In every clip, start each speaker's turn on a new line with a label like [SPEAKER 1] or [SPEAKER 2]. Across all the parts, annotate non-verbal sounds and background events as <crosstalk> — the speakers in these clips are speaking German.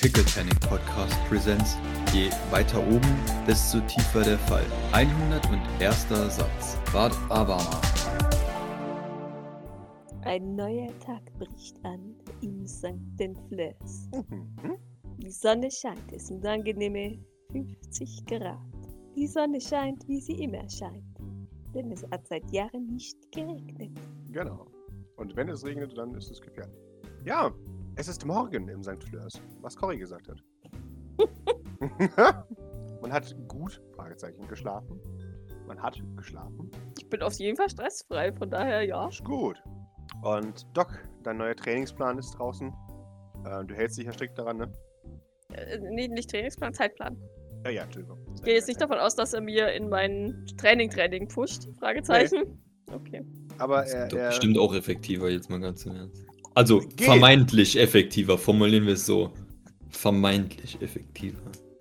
[SPEAKER 1] Pickle Panic Podcast presents Je weiter oben, desto tiefer der Fall. 101. Satz. Bad Abama.
[SPEAKER 2] Ein neuer Tag bricht an im St. Flares.
[SPEAKER 3] Mhm,
[SPEAKER 2] Die Sonne scheint, es sind angenehme 50 Grad. Die Sonne scheint, wie sie immer scheint, denn es hat seit Jahren nicht geregnet.
[SPEAKER 3] Genau. Und wenn es regnet, dann ist es gefährlich. Ja, es ist morgen im St. Fleurs, was Cory gesagt
[SPEAKER 4] <laughs>
[SPEAKER 3] hat. Man hat gut, Fragezeichen, geschlafen. Man hat geschlafen.
[SPEAKER 4] Ich bin auf jeden Fall stressfrei, von daher ja.
[SPEAKER 3] Ist gut. Und Doc, dein neuer Trainingsplan ist draußen. Ähm, du hältst dich ja strikt daran, ne?
[SPEAKER 4] Äh, nee, nicht Trainingsplan, Zeitplan.
[SPEAKER 3] Ja, ja, Entschuldigung.
[SPEAKER 4] Ich gehe jetzt nicht davon aus, dass er mir in mein Training-Training pusht. Fragezeichen. Okay.
[SPEAKER 3] Aber
[SPEAKER 5] Ist
[SPEAKER 3] er,
[SPEAKER 5] doch
[SPEAKER 3] er,
[SPEAKER 5] bestimmt auch effektiver, jetzt mal ganz im Ernst. Also,
[SPEAKER 3] Geht.
[SPEAKER 5] vermeintlich effektiver, formulieren wir es so. Vermeintlich effektiver.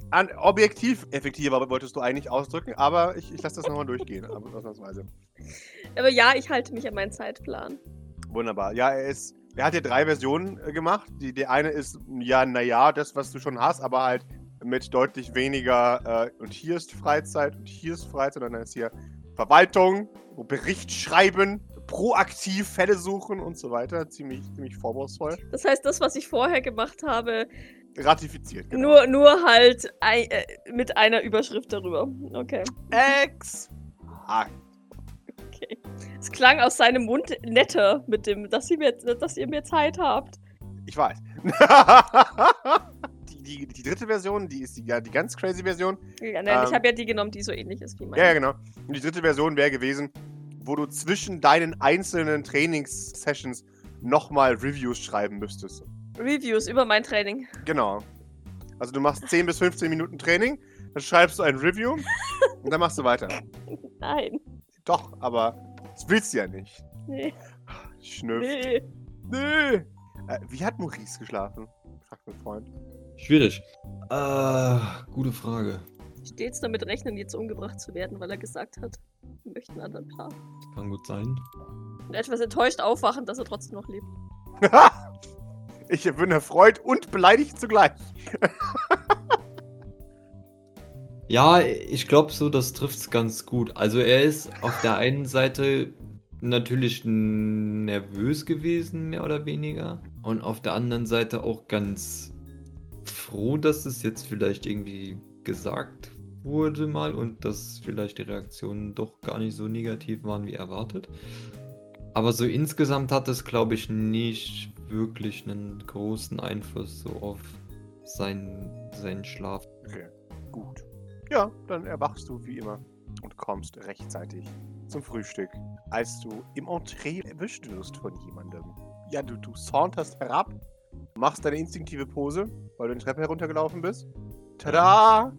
[SPEAKER 3] an, objektiv effektiver wolltest du eigentlich ausdrücken, aber ich, ich lasse das nochmal durchgehen, aber ausnahmsweise.
[SPEAKER 4] Aber ja, ich halte mich an meinen Zeitplan.
[SPEAKER 3] Wunderbar. Ja, er ist. Er hat ja drei Versionen äh, gemacht. Die, die eine ist, ja, naja, das, was du schon hast, aber halt mit deutlich weniger, äh, und hier ist Freizeit, und hier ist Freizeit, und dann ist hier Verwaltung, Bericht schreiben, proaktiv Fälle suchen und so weiter. Ziemlich, ziemlich vorwurfsvoll.
[SPEAKER 4] Das heißt, das, was ich vorher gemacht habe,
[SPEAKER 3] Ratifiziert, genau.
[SPEAKER 4] nur, nur halt ei- äh, mit einer Überschrift darüber. Okay.
[SPEAKER 3] Ex! Ah,
[SPEAKER 4] okay. Es klang aus seinem Mund netter mit dem, dass ihr mir, dass ihr mir Zeit habt.
[SPEAKER 3] ich weiß. <laughs> die, die, die dritte Version, die ist die, ja, die ganz crazy Version.
[SPEAKER 4] Ja, nein, ich
[SPEAKER 3] Ähm.
[SPEAKER 4] habe ja die genommen, die so ähnlich ist wie meine.
[SPEAKER 3] Ja, ja, genau. Und die dritte Version wäre gewesen, wo du zwischen deinen einzelnen Trainings-Sessions nochmal Reviews schreiben müsstest.
[SPEAKER 4] Reviews über mein Training.
[SPEAKER 3] Genau. Also du machst 10 bis 15 Minuten Training, dann schreibst du ein Review und dann machst du weiter.
[SPEAKER 4] Nein.
[SPEAKER 3] Doch, aber das willst du ja nicht.
[SPEAKER 4] Nee.
[SPEAKER 3] Schnüff.
[SPEAKER 4] nee.
[SPEAKER 3] Nee. Äh, wie hat Maurice geschlafen? Fragt mein Freund.
[SPEAKER 5] Schwierig. Ah, gute Frage.
[SPEAKER 4] stets damit rechnen, jetzt umgebracht zu werden, weil er gesagt hat, wir möchten einen anderen Paar.
[SPEAKER 5] Kann gut sein.
[SPEAKER 4] Und etwas enttäuscht aufwachen, dass er trotzdem noch lebt.
[SPEAKER 3] ich bin erfreut und beleidigt zugleich.
[SPEAKER 5] Ja, ich glaube so, das trifft es ganz gut. Also er ist auf der einen Seite natürlich n- nervös gewesen, mehr oder weniger. Und auf der anderen Seite auch ganz froh, dass es jetzt vielleicht irgendwie gesagt wurde mal und dass vielleicht die Reaktionen doch gar nicht so negativ waren wie erwartet. Aber so insgesamt hat es, glaube ich, nicht wirklich einen großen Einfluss so auf seinen, seinen Schlaf.
[SPEAKER 3] Okay, gut. Ja, dann erwachst du wie immer und kommst rechtzeitig zum Frühstück, als du im Entree erwischt wirst von jemandem. Ja, du, du saunterst herab, machst deine instinktive Pose, weil du die Treppe heruntergelaufen bist. Tada!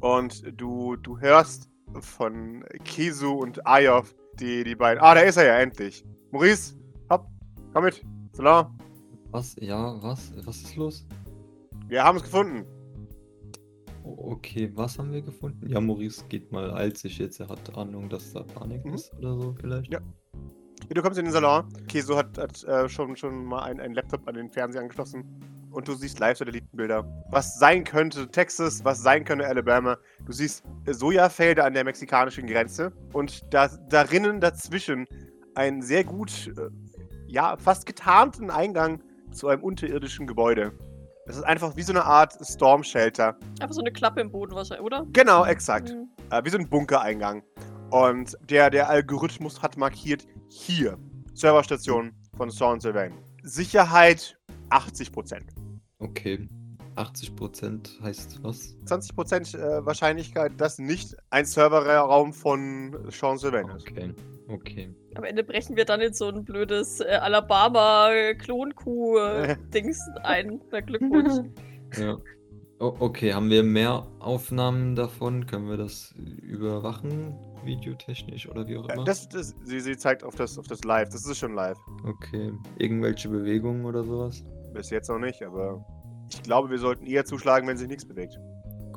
[SPEAKER 3] Und du, du hörst von Kisu und Ayov, die, die beiden. Ah, da ist er ja endlich. Maurice, hopp, komm mit. Salon,
[SPEAKER 5] Was? Ja, was? Was ist los?
[SPEAKER 3] wir haben es gefunden. Oh,
[SPEAKER 5] O- Okay, was haben wir gefunden? Ja, Maurice geht mal als ich jetzt. Er hat Ahnung, dass da Panik
[SPEAKER 3] Mhm.
[SPEAKER 5] ist oder so vielleicht.
[SPEAKER 3] Ja. Ja, Du kommst in den Salon. Keso hat, hat äh, schon, schon mal einen, einen Laptop an den Fernseher angeschlossen. Und du siehst Live-Satellitenbilder. Was sein könnte Texas, was sein könnte Alabama. Du siehst äh, Sojafelder an der mexikanischen Grenze. Und da, darinnen dazwischen einen sehr gut, äh, ja, fast getarnten Eingang zu einem unterirdischen Gebäude. Es ist einfach wie so eine Art Storm Shelter.
[SPEAKER 4] Einfach so eine Klappe im Boden wahrscheinlich, oder?
[SPEAKER 3] Genau, exakt
[SPEAKER 4] Mhm.
[SPEAKER 3] äh, wie so ein Bunkereingang. Und der, der Algorithmus hat markiert, hier, Serverstation von Sound Surveying. Sicherheit 80%.
[SPEAKER 5] Okay. 80% heißt was?
[SPEAKER 3] 20% äh, Wahrscheinlichkeit, dass nicht ein Serverraum von Sean Sylvain ist.
[SPEAKER 5] Okay. Okay.
[SPEAKER 4] Am Ende brechen wir dann in so ein blödes äh,
[SPEAKER 3] <laughs>
[SPEAKER 4] Alabama-Klonkuh-Dings ein. Na Glückwunsch.
[SPEAKER 5] Ja. O okay, haben wir mehr Aufnahmen davon? Können wir das überwachen? Videotechnisch oder wie auch
[SPEAKER 3] Äh,
[SPEAKER 5] immer?
[SPEAKER 3] Das, das, sie, sie zeigt auf das, auf das Live. Das ist schon live.
[SPEAKER 5] okay. Irgendwelche Bewegungen oder sowas?
[SPEAKER 3] Bis jetzt noch nicht, aber ich glaube, wir sollten eher zuschlagen, wenn sich nichts bewegt.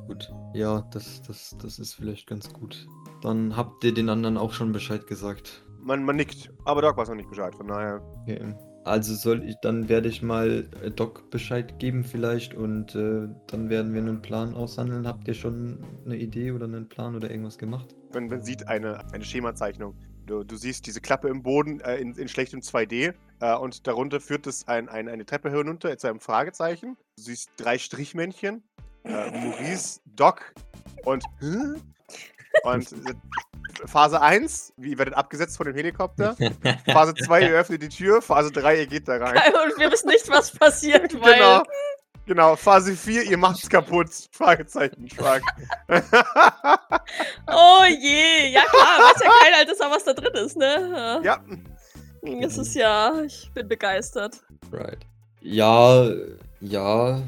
[SPEAKER 5] Gut. Ja, das, das, das ist vielleicht ganz gut. Dann habt ihr den anderen auch schon Bescheid gesagt.
[SPEAKER 3] Man, man nickt. Aber Doc weiß noch nicht Bescheid. Von daher,
[SPEAKER 5] Okay. Also soll ich, dann werde ich mal äh, Doc Bescheid geben vielleicht und äh, dann werden wir einen Plan aushandeln. Habt ihr schon eine Idee oder einen Plan oder irgendwas gemacht?
[SPEAKER 3] Man, man sieht eine, eine Schemazeichnung. Du, du siehst diese Klappe im Boden äh, in, in schlechtem 2D äh, und darunter führt es ein, ein, eine Treppe hinunter zu einem Fragezeichen. Du siehst drei Strichmännchen, äh, Maurice, Doc und und äh, Phase 1, wie ihr werdet abgesetzt von dem Helikopter. Phase 2, ihr öffnet die Tür. Phase 3, ihr geht da
[SPEAKER 4] <laughs>
[SPEAKER 3] rein.
[SPEAKER 4] Und wir wissen nicht, was passiert, weil.
[SPEAKER 3] Genau. Genau, Phase 4, ihr macht's kaputt. Fragezeichen, Schlag.
[SPEAKER 4] Oh je, ja klar, weiß ja keiner, Alter, was da drin ist, ne?
[SPEAKER 3] ja,
[SPEAKER 4] Es ist ja, ich bin begeistert.
[SPEAKER 5] Right. Ja, ja,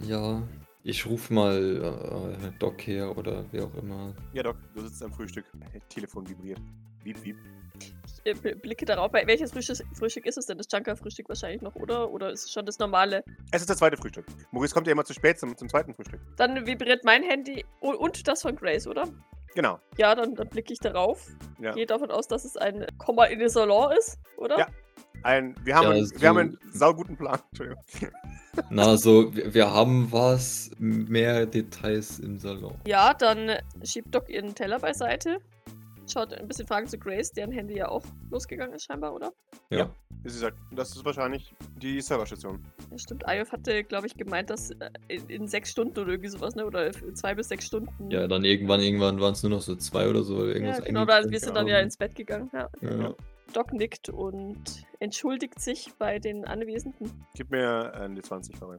[SPEAKER 5] ja. Ich rufe mal äh, Doc her oder wer auch immer.
[SPEAKER 3] ja, Doc, du sitzt am Frühstück. Telefon vibriert. Wiep, wiep.
[SPEAKER 4] Ich äh, bl- blicke darauf, bei- welches Frühstück, Frühstück ist es denn? Das Junker-Frühstück wahrscheinlich noch, oder? Oder ist es schon das normale?
[SPEAKER 3] Es ist das zweite Frühstück. Maurice kommt ja immer zu spät zum, zum zweiten Frühstück.
[SPEAKER 4] Dann vibriert mein Handy u- und das von Grace, oder?
[SPEAKER 3] Genau.
[SPEAKER 4] Ja, dann, dann blicke ich darauf.
[SPEAKER 3] Ja.
[SPEAKER 4] Gehe davon aus, dass es ein Komma in den Salon ist, oder?
[SPEAKER 3] Ja. Ein, wir haben,
[SPEAKER 5] Ja,
[SPEAKER 3] einen,
[SPEAKER 5] so-
[SPEAKER 3] wir haben einen sauguten Plan. <laughs> Entschuldigung.
[SPEAKER 5] Na, so, wir, wir haben was, mehr Details im Salon.
[SPEAKER 4] Ja, dann schiebt Doc ihren Teller beiseite. Schaut ein bisschen Fragen zu Grace, deren Handy ja auch losgegangen ist scheinbar, oder?
[SPEAKER 3] Ja. Sie sagt, das ist wahrscheinlich die Serverstation.
[SPEAKER 4] Ja, stimmt. Ayof hatte, glaube ich, gemeint, dass äh, in, in sechs Stunden oder irgendwie sowas, ne? Oder in zwei bis sechs Stunden.
[SPEAKER 5] Ja, dann irgendwann, irgendwann waren es nur noch so zwei oder so. Oder
[SPEAKER 4] Ja,
[SPEAKER 5] irgendwas
[SPEAKER 4] genau, da, wir
[SPEAKER 5] eingeklemmt,
[SPEAKER 4] sind
[SPEAKER 5] keine
[SPEAKER 4] dann ja
[SPEAKER 5] Ahnung.
[SPEAKER 4] ins Bett gegangen. Ja.
[SPEAKER 5] Ja.
[SPEAKER 4] Doc nickt und entschuldigt sich bei den Anwesenden.
[SPEAKER 3] Gib mir äh, eine 20 vorbei.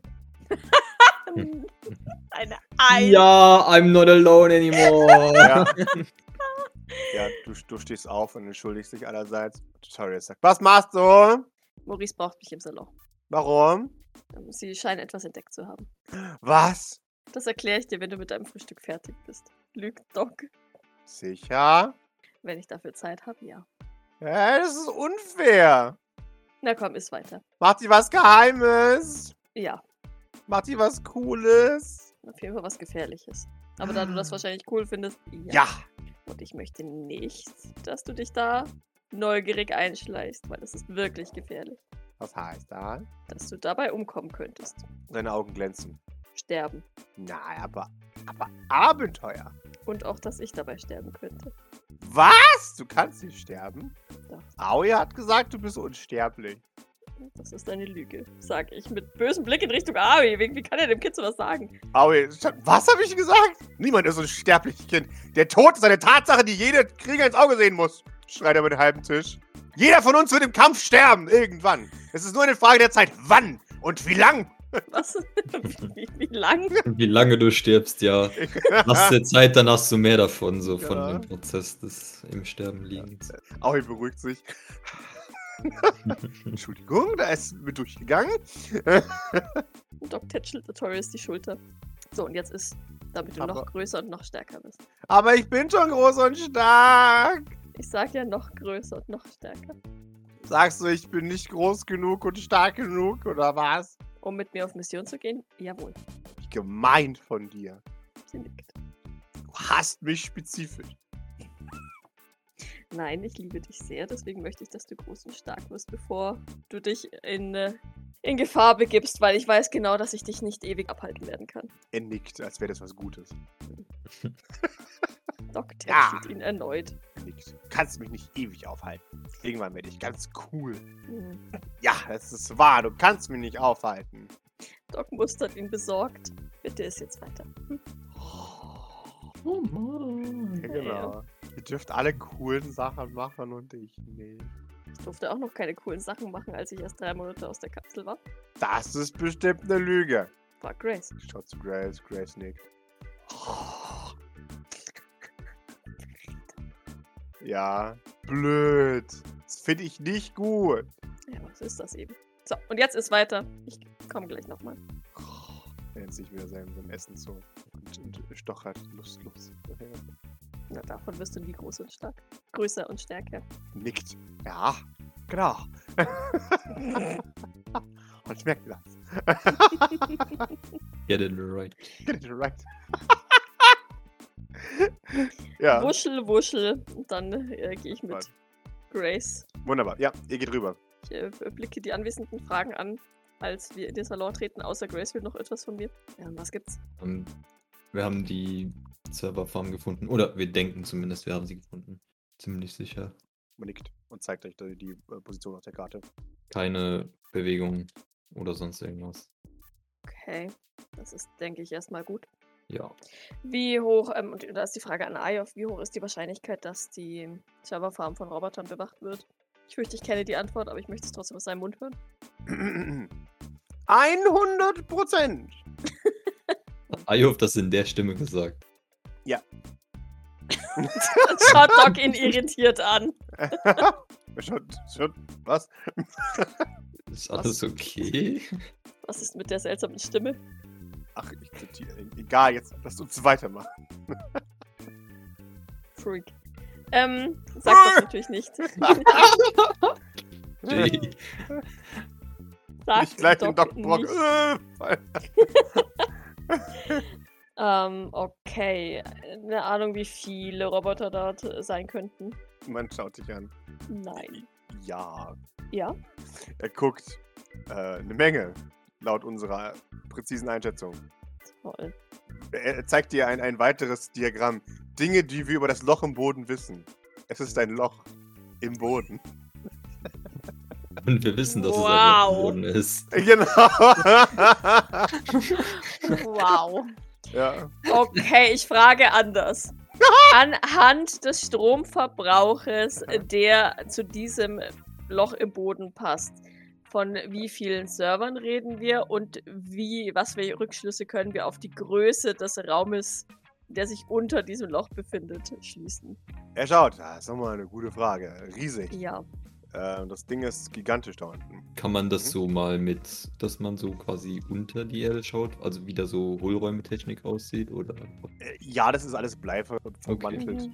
[SPEAKER 4] Ähm,
[SPEAKER 5] <laughs>
[SPEAKER 4] Eine Eins.
[SPEAKER 5] Hm. Ja, I'm not alone
[SPEAKER 4] <laughs>
[SPEAKER 5] anymore.
[SPEAKER 3] <laughs> Ja. <laughs> ja, du, du stehst auf und entschuldigst dich allerseits. Tutorial sagt, was machst du?
[SPEAKER 4] Maurice braucht mich im Salon.
[SPEAKER 3] Warum?
[SPEAKER 4] Ähm, Sie scheinen etwas entdeckt zu haben.
[SPEAKER 3] Was?
[SPEAKER 4] Das erkläre ich dir, wenn du mit deinem Frühstück fertig bist. Lügt Doc.
[SPEAKER 3] Sicher?
[SPEAKER 4] Wenn ich dafür Zeit habe, ja.
[SPEAKER 3] Ja, das ist unfair.
[SPEAKER 4] Na komm, ist weiter.
[SPEAKER 3] Macht sie was Geheimes?
[SPEAKER 4] Ja,
[SPEAKER 3] Macht sie was Cooles?
[SPEAKER 4] auf jeden Fall was Gefährliches. Aber da du
[SPEAKER 5] Ah.
[SPEAKER 4] das wahrscheinlich cool findest,
[SPEAKER 3] Ja.
[SPEAKER 4] Und ich möchte nicht, dass du dich da neugierig einschleichst, weil das ist wirklich gefährlich.
[SPEAKER 3] Was heißt das?
[SPEAKER 4] Dass du dabei umkommen könntest.
[SPEAKER 3] Seine Augen glänzen.
[SPEAKER 4] Sterben.
[SPEAKER 3] Nein, aber, aber Abenteuer.
[SPEAKER 4] Und auch, dass ich dabei sterben könnte.
[SPEAKER 3] Was? Du kannst nicht sterben?
[SPEAKER 4] Doch.
[SPEAKER 3] Aoya hat gesagt, du bist unsterblich.
[SPEAKER 4] Das ist eine Lüge, sage ich mit bösem Blick in Richtung Ari. Wie, wie kann er dem Kind sowas
[SPEAKER 3] <laughs>
[SPEAKER 4] sagen?
[SPEAKER 3] Aoya, was habe ich gesagt? Niemand ist unsterblich, Kind. Der Tod ist eine Tatsache, die jeder Krieger ins Auge sehen muss, schreit er mit halbem Tisch. Jeder von uns wird im Kampf sterben, irgendwann. Es ist nur eine Frage der Zeit, wann und wie lang.
[SPEAKER 4] Was? <laughs> wie, wie lang?
[SPEAKER 5] Wie lange du stirbst, ja. Hast du Zeit, dann hast du mehr davon, so
[SPEAKER 3] Ja.
[SPEAKER 5] von dem Prozess des im Sterben liegens.
[SPEAKER 3] Aoi beruhigt sich. <laughs> Entschuldigung, da ist mir durchgegangen.
[SPEAKER 4] Doc tätschelt Notorious die Schulter. So, und jetzt ist, damit du
[SPEAKER 3] Aber-
[SPEAKER 4] noch größer und noch stärker bist.
[SPEAKER 3] Aber ich bin schon groß und stark.
[SPEAKER 4] Ich sag ja noch größer und noch stärker.
[SPEAKER 3] Sagst du, ich bin nicht groß genug und stark genug, oder was?
[SPEAKER 4] Um mit mir auf Mission zu gehen? Jawohl.
[SPEAKER 3] Wie gemein von dir.
[SPEAKER 4] Sie nickt.
[SPEAKER 3] Du hast mich spezifisch.
[SPEAKER 4] Nein, ich liebe dich sehr, deswegen möchte ich, dass du groß und stark wirst, bevor du dich in, äh, in Gefahr begibst, weil ich weiß genau, dass ich dich nicht ewig abhalten werden kann.
[SPEAKER 3] Er nickt, als wäre das was Gutes.
[SPEAKER 4] Doc
[SPEAKER 3] Ja.
[SPEAKER 5] Ah.
[SPEAKER 4] tätschelt ihn erneut.
[SPEAKER 3] Er nickt. Du kannst mich nicht ewig aufhalten. Irgendwann werde ich ganz cool.
[SPEAKER 4] Hm.
[SPEAKER 3] Ja, das ist wahr, du kannst mich nicht aufhalten.
[SPEAKER 4] Doc mustert ihn besorgt. Bitte ist jetzt weiter. Hm.
[SPEAKER 5] Oh Mann.
[SPEAKER 3] Ja, genau. Ihr dürft alle coolen Sachen machen und ich nicht.
[SPEAKER 4] Ich durfte auch noch keine coolen Sachen machen, als ich erst drei Monate aus der Kapsel war.
[SPEAKER 3] Das ist bestimmt eine Lüge.
[SPEAKER 4] War Grace.
[SPEAKER 3] Schaut zu Grace, Grace nickt. Ja, blöd. Das finde ich nicht gut.
[SPEAKER 4] Ja, was ist das eben? So, und jetzt ist weiter. Ich komme gleich nochmal.
[SPEAKER 3] Nennt sich wieder seinem, seinem Essen zu und, und stochert äh, lustlos. daher.
[SPEAKER 4] Na, davon wirst du nie groß und stark. Größer und stärker.
[SPEAKER 5] <laughs>
[SPEAKER 3] Nickt. Ja, genau. und schmeckt das.
[SPEAKER 5] Get it right.
[SPEAKER 3] Get it right. ja,
[SPEAKER 4] Wuschel, wuschel. Und dann äh, gehe ich mit
[SPEAKER 3] Warte.
[SPEAKER 4] Grace
[SPEAKER 3] wunderbar. Ja, ihr geht rüber.
[SPEAKER 4] Ich äh, blicke die anwesenden Fragen an, als wir in den Salon treten, außer Grace will noch etwas von mir. Ähm, was gibt's?
[SPEAKER 5] Ähm, wir haben die Serverfarm gefunden. Oder wir denken zumindest, wir haben sie gefunden. Ziemlich sicher.
[SPEAKER 3] Man nickt und zeigt euch die, die äh, Position auf der Karte.
[SPEAKER 5] Keine Bewegung oder sonst irgendwas.
[SPEAKER 4] Okay, das ist, denke ich, erstmal gut.
[SPEAKER 5] Ja.
[SPEAKER 4] Wie hoch, ähm, und da ist die Frage an Ayov, wie hoch ist die Wahrscheinlichkeit, dass die Serverfarm von Robotern bewacht wird? Ich fürchte, ich kenne die Antwort, aber ich möchte es trotzdem aus seinem Mund
[SPEAKER 3] <laughs>
[SPEAKER 4] hören.
[SPEAKER 3] 100 Prozent!
[SPEAKER 5] Ich hoffe, Ah, das in der Stimme gesagt.
[SPEAKER 4] Und schaut Doc ihn irritiert an.
[SPEAKER 3] schon, schon, was?
[SPEAKER 5] Ist alles okay? <laughs>
[SPEAKER 4] Was ist mit der seltsamen Stimme?
[SPEAKER 3] Ach, ich zitiere. e- Egal, jetzt lasst uns weitermachen.
[SPEAKER 4] Freak. Ähm, sagt das natürlich nicht. <laughs>
[SPEAKER 3] <laughs>
[SPEAKER 5] Jay.
[SPEAKER 4] Sagt
[SPEAKER 3] Nicht gleich den Doc Brock.
[SPEAKER 4] nicht.
[SPEAKER 3] Äh, weil-
[SPEAKER 4] Ähm, okay. Eine Ahnung, wie viele Roboter dort äh, sein könnten.
[SPEAKER 3] <laughs> Man schaut dich an.
[SPEAKER 4] Nein.
[SPEAKER 3] Ja.
[SPEAKER 4] Ja?
[SPEAKER 3] Er guckt. Äh, eine Menge. Laut unserer präzisen Einschätzung.
[SPEAKER 4] Toll.
[SPEAKER 3] Er er zeigt dir ein, ein weiteres Diagramm. Dinge, die wir über das Loch im Boden wissen. Es ist ein Loch im Boden. <laughs>
[SPEAKER 5] Und wir wissen, dass
[SPEAKER 4] Wow.
[SPEAKER 5] es ein Boden ist.
[SPEAKER 3] Genau.
[SPEAKER 4] Wow.
[SPEAKER 3] <laughs> ja.
[SPEAKER 4] Okay, ich frage anders. <laughs> Anhand des Stromverbrauches, äh, der zu diesem Loch im Boden passt, von wie vielen Servern reden wir und wie, was für Rückschlüsse können wir auf die Größe des Raumes, der sich unter diesem Loch befindet, schließen?
[SPEAKER 3] Er schaut. Das ist nochmal eine gute Frage. Riesig.
[SPEAKER 4] Ja.
[SPEAKER 3] Äh, das Ding ist gigantisch da unten.
[SPEAKER 5] Kann man das
[SPEAKER 3] Mhm.
[SPEAKER 5] so mal mit, dass man so quasi unter die Erde schaut? Also wie da so Hohlräumetechnik aussieht? Oder
[SPEAKER 3] Äh, ja, das ist alles Bleife und verwandelt.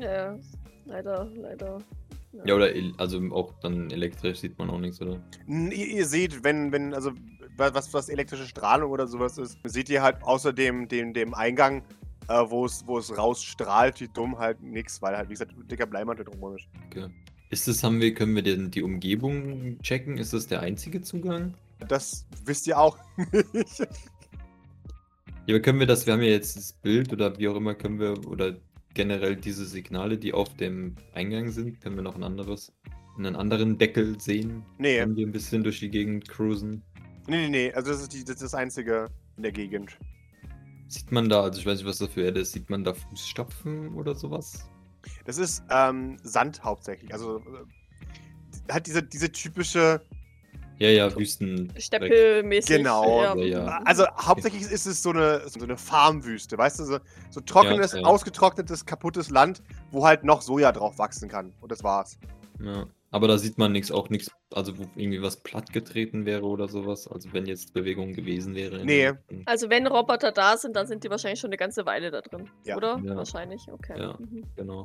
[SPEAKER 4] Ja, leider, leider.
[SPEAKER 5] Ja, oder el- also auch dann elektrisch sieht man auch nichts, oder?
[SPEAKER 3] N- Ihr, ihr seht, wenn, wenn, also wa- was, was elektrische Strahlung oder sowas ist, seht ihr halt außer dem, dem, dem Eingang, äh, wo es, wo es rausstrahlt, wie dumm halt nichts, weil halt, wie gesagt, dicker Bleimantel drumherum ist.
[SPEAKER 5] Ist das, haben wir, können wir denn die Umgebung checken? Ist das der einzige Zugang?
[SPEAKER 3] Das wisst ihr auch <laughs> nicht.
[SPEAKER 5] Ja, aber können wir das, wir haben ja jetzt das Bild oder wie auch immer, können wir, oder generell diese Signale, die auf dem Eingang sind, können wir noch ein anderes, einen anderen Deckel sehen?
[SPEAKER 3] Nee, nee,
[SPEAKER 5] Können wir ein bisschen durch die Gegend cruisen?
[SPEAKER 3] nee, nee, also das ist, die, das ist das Einzige in der Gegend.
[SPEAKER 5] Sieht man da, also ich weiß nicht, was das für Erde ist, sieht man da Fußstapfen oder sowas?
[SPEAKER 3] Das ist ähm, Sand hauptsächlich, also äh, halt diese, diese typische,
[SPEAKER 5] Ja, ja, Wüsten.
[SPEAKER 4] Steppelmäßig.
[SPEAKER 3] Genau.
[SPEAKER 4] Ja.
[SPEAKER 5] Ja, ja.
[SPEAKER 3] also hauptsächlich ist es so eine, so eine Farmwüste, weißt du, so, so trockenes,
[SPEAKER 5] Ja, ja.
[SPEAKER 3] ausgetrocknetes, kaputtes Land, wo halt noch Soja drauf wachsen kann. Und das war's.
[SPEAKER 5] Ja. Aber da sieht man nichts, auch nichts, also wo irgendwie was plattgetreten wäre oder sowas. Also wenn jetzt Bewegung gewesen wäre.
[SPEAKER 3] Nee.
[SPEAKER 4] Also wenn Roboter da sind, dann sind die wahrscheinlich schon eine ganze Weile da drin,
[SPEAKER 3] Ja.
[SPEAKER 4] oder?
[SPEAKER 5] Ja.
[SPEAKER 4] Wahrscheinlich, okay.
[SPEAKER 5] Ja.
[SPEAKER 4] Mhm.
[SPEAKER 5] Genau.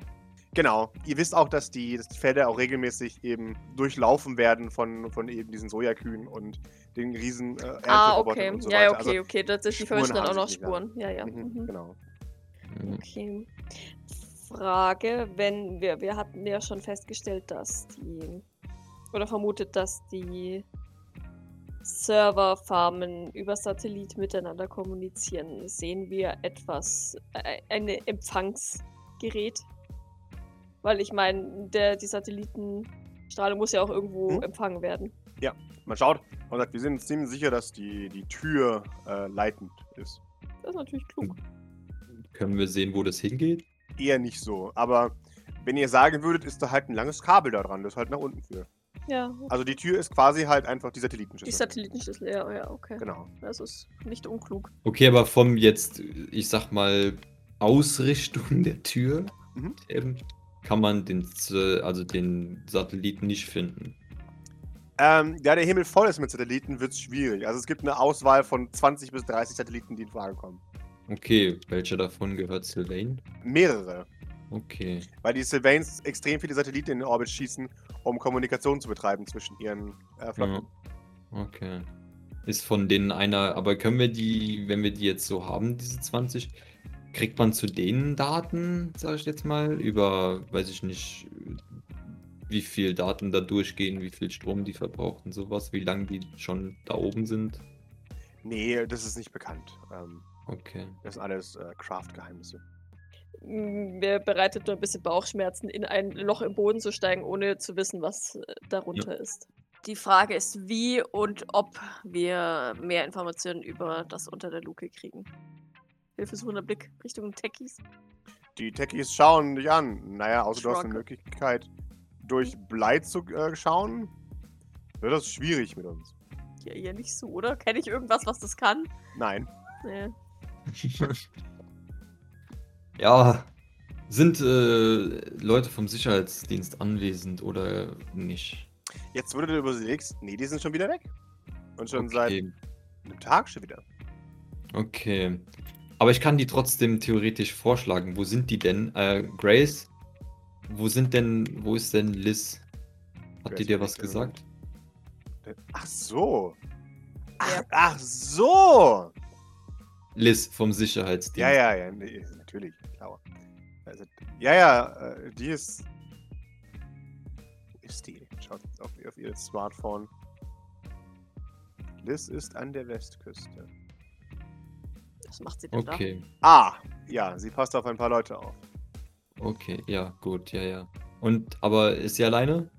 [SPEAKER 3] Genau. Ihr wisst auch, dass die, dass die Felder auch regelmäßig eben durchlaufen werden von, von eben diesen Sojakühen und den riesen äh,
[SPEAKER 4] Ah,
[SPEAKER 3] Ernterobotern
[SPEAKER 4] okay.
[SPEAKER 3] und so
[SPEAKER 4] ja,
[SPEAKER 3] weiter. Also
[SPEAKER 4] okay, okay. Das, das, die
[SPEAKER 3] Spuren
[SPEAKER 4] vermischen dann
[SPEAKER 3] haben
[SPEAKER 4] auch noch
[SPEAKER 3] sich nicht an.
[SPEAKER 4] Spuren. Ja, ja.
[SPEAKER 3] Also, mhm,
[SPEAKER 4] Mhm.
[SPEAKER 3] genau.
[SPEAKER 5] Ja.
[SPEAKER 4] Okay. Frage, wenn wir, wir hatten ja schon festgestellt, dass die, oder vermutet, dass die Serverfarmen über Satellit miteinander kommunizieren. Sehen wir etwas, äh, ein Empfangsgerät? Weil ich meine, der, die Satellitenstrahlung muss ja auch irgendwo
[SPEAKER 3] Hm?
[SPEAKER 4] empfangen werden.
[SPEAKER 3] Man schaut und sagt, wir sind uns ziemlich sicher, dass die, die Tür äh, leitend ist.
[SPEAKER 4] Das ist natürlich klug.
[SPEAKER 3] Hm.
[SPEAKER 5] Können wir sehen, wo das hingeht?
[SPEAKER 3] Eher nicht so. Aber wenn ihr sagen würdet, ist da halt ein langes Kabel da dran, das halt nach unten führt.
[SPEAKER 4] Ja,
[SPEAKER 3] Also die Tür ist quasi halt einfach die
[SPEAKER 4] die
[SPEAKER 3] Satellitenschüssel.
[SPEAKER 4] Satellitenschlüssel, ja, ja, okay.
[SPEAKER 3] Genau.
[SPEAKER 4] Das ist nicht unklug.
[SPEAKER 5] Okay, aber vom jetzt, ich sag mal, Ausrichtung der Tür
[SPEAKER 3] Mhm.
[SPEAKER 5] ähm, kann man den, Z- also den Satelliten nicht finden.
[SPEAKER 3] Ähm, da der Himmel voll ist mit Satelliten, wird es schwierig. Also es gibt eine Auswahl von 20 bis 30 Satelliten, die in Frage kommen.
[SPEAKER 5] Okay, welcher davon gehört Sylvain?
[SPEAKER 3] Mehrere.
[SPEAKER 5] Okay.
[SPEAKER 3] Weil die Sylvains extrem viele Satelliten in den Orbit schießen, um Kommunikation zu betreiben zwischen ihren äh,
[SPEAKER 5] Ja.
[SPEAKER 3] Flotten.
[SPEAKER 5] Okay. Ist von denen einer, aber können wir die, wenn wir die jetzt so haben, diese 20, kriegt man zu denen Daten, sage ich jetzt mal, über, weiß ich nicht, wie viel Daten da durchgehen, wie viel Strom die verbrauchen, sowas, wie lange die schon da oben sind.
[SPEAKER 3] Nee, das ist nicht bekannt. Ähm,
[SPEAKER 5] Okay.
[SPEAKER 3] das sind alles äh, Craft-Geheimnisse.
[SPEAKER 4] Mm, Mir bereitet nur ein bisschen Bauchschmerzen, in ein Loch im Boden zu steigen, ohne zu wissen, was äh, darunter ist. Die Frage ist, wie und ob wir mehr Informationen über das unter der Luke kriegen. Hilfesuchender Blick Richtung Techies.
[SPEAKER 3] Die Techies schauen dich an. Naja, außer du hast eine
[SPEAKER 4] Shrug.
[SPEAKER 3] Möglichkeit, durch Blei zu äh, schauen, wird das schwierig mit uns.
[SPEAKER 4] Ja, ja, nicht so, oder? Kenne ich irgendwas, was das kann?
[SPEAKER 3] Nein.
[SPEAKER 4] Nee.
[SPEAKER 5] ja. Sind äh, Leute vom Sicherheitsdienst anwesend oder nicht?
[SPEAKER 3] Jetzt wurde du überlegst, nee, die sind schon wieder weg. Und schon
[SPEAKER 5] Okay.
[SPEAKER 3] seit einem Tag schon wieder.
[SPEAKER 5] Okay. Aber ich kann die trotzdem theoretisch vorschlagen. Wo sind die denn? Äh, Grace? Wo sind denn, wo ist denn Liz? Hat
[SPEAKER 3] Grace
[SPEAKER 5] die dir
[SPEAKER 3] war
[SPEAKER 5] was
[SPEAKER 3] nicht dabei.
[SPEAKER 5] gesagt?
[SPEAKER 3] Ach so. Ach,
[SPEAKER 4] Ja.
[SPEAKER 3] ach so.
[SPEAKER 5] Liz vom Sicherheitsdienst.
[SPEAKER 3] Ja, ja, ja, nee, natürlich, klar. Also, ja, ja, äh, die ist. Ist die? Schaut jetzt auf, auf ihr Smartphone. Liz ist an der Westküste.
[SPEAKER 4] Was macht sie denn
[SPEAKER 5] Okay,
[SPEAKER 3] Ah, ja, sie passt auf ein paar Leute auf.
[SPEAKER 5] okay, ja, gut, ja, ja. Und, aber ist sie
[SPEAKER 3] <laughs>
[SPEAKER 5] alleine?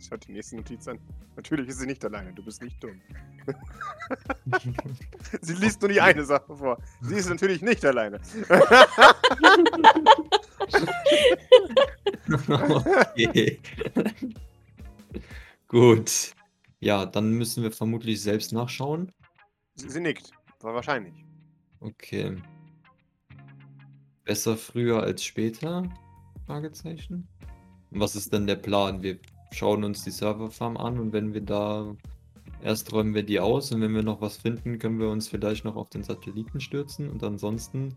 [SPEAKER 3] Schaut die nächste Notiz an. Natürlich ist sie nicht alleine, du bist nicht dumm. <laughs> Sie liest nur die eine Sache vor. Sie ist natürlich nicht alleine.
[SPEAKER 5] okay. gut. Ja, dann müssen wir vermutlich selbst nachschauen.
[SPEAKER 3] Sie, sie nickt. War wahrscheinlich.
[SPEAKER 5] Okay. Besser früher als später? Fragezeichen. Was ist denn der Plan? Wir schauen uns die Serverfarm an und wenn wir da erst räumen wir die aus und wenn wir noch was finden, können wir uns vielleicht noch auf den Satelliten stürzen und ansonsten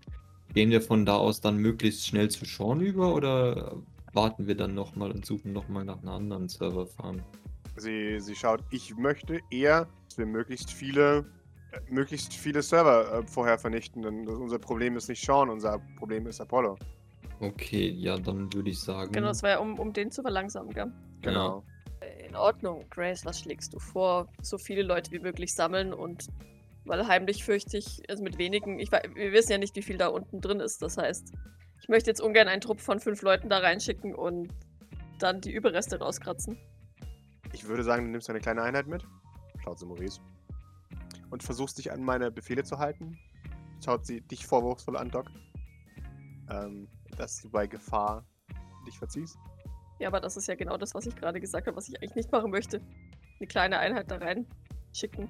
[SPEAKER 5] gehen wir von da aus dann möglichst schnell zu Sean über oder warten wir dann nochmal und suchen nochmal nach einer anderen Serverfarm?
[SPEAKER 3] Sie, sie schaut, ich möchte eher, dass wir möglichst viele, äh, möglichst viele Server äh, vorher vernichten, denn das, unser Problem ist nicht Sean, unser Problem ist Apollo.
[SPEAKER 5] Okay, ja, dann würde ich sagen.
[SPEAKER 4] <laughs> Genau, das war ja, um, um den zu verlangsamen, gell?
[SPEAKER 3] Genau.
[SPEAKER 4] In Ordnung, Grace, was schlägst du vor? So viele Leute wie möglich sammeln und weil heimlich fürchte ich, also mit wenigen, ich, wei- wir wissen ja nicht, wie viel da unten drin ist. Das heißt, ich möchte jetzt ungern einen Trupp von fünf Leuten da reinschicken und dann die Überreste rauskratzen.
[SPEAKER 3] Ich würde sagen, du nimmst eine kleine Einheit mit, schaut sie Maurice, und versuchst dich an meine Befehle zu halten. Schaut sie dich vorwurfsvoll an, Doc, ähm, dass du bei Gefahr dich verziehst.
[SPEAKER 4] Ja, aber das ist ja genau das, was ich gerade gesagt habe, was ich eigentlich nicht machen möchte. Eine kleine Einheit da reinschicken. Und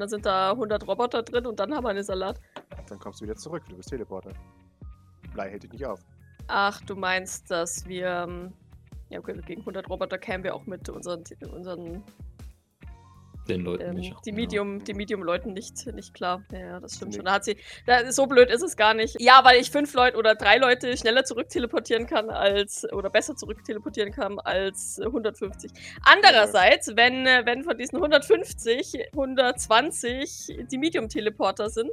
[SPEAKER 4] dann sind da 100 Roboter drin und dann haben wir einen Salat.
[SPEAKER 3] Dann kommst du wieder zurück, du bist Teleporter. Blei hält dich nicht auf. <laughs>
[SPEAKER 4] Ach, du meinst, dass wir. ähm, Ja, okay, gegen 100 Roboter kämen wir auch mit unseren, unseren
[SPEAKER 5] Den Leuten
[SPEAKER 4] ähm,
[SPEAKER 5] nicht.
[SPEAKER 4] die
[SPEAKER 5] ja.
[SPEAKER 4] Medium, die Medium-Leuten nicht, nicht klar. Ja, Ja, das stimmt
[SPEAKER 3] Nee.
[SPEAKER 4] schon. Da hat sie, da, so blöd ist es gar nicht. Ja, weil ich fünf Leute oder drei Leute schneller zurückteleportieren kann als oder besser zurückteleportieren kann als äh, 150. Andererseits, wenn äh, wenn von diesen 150 120 die Medium-Teleporter sind,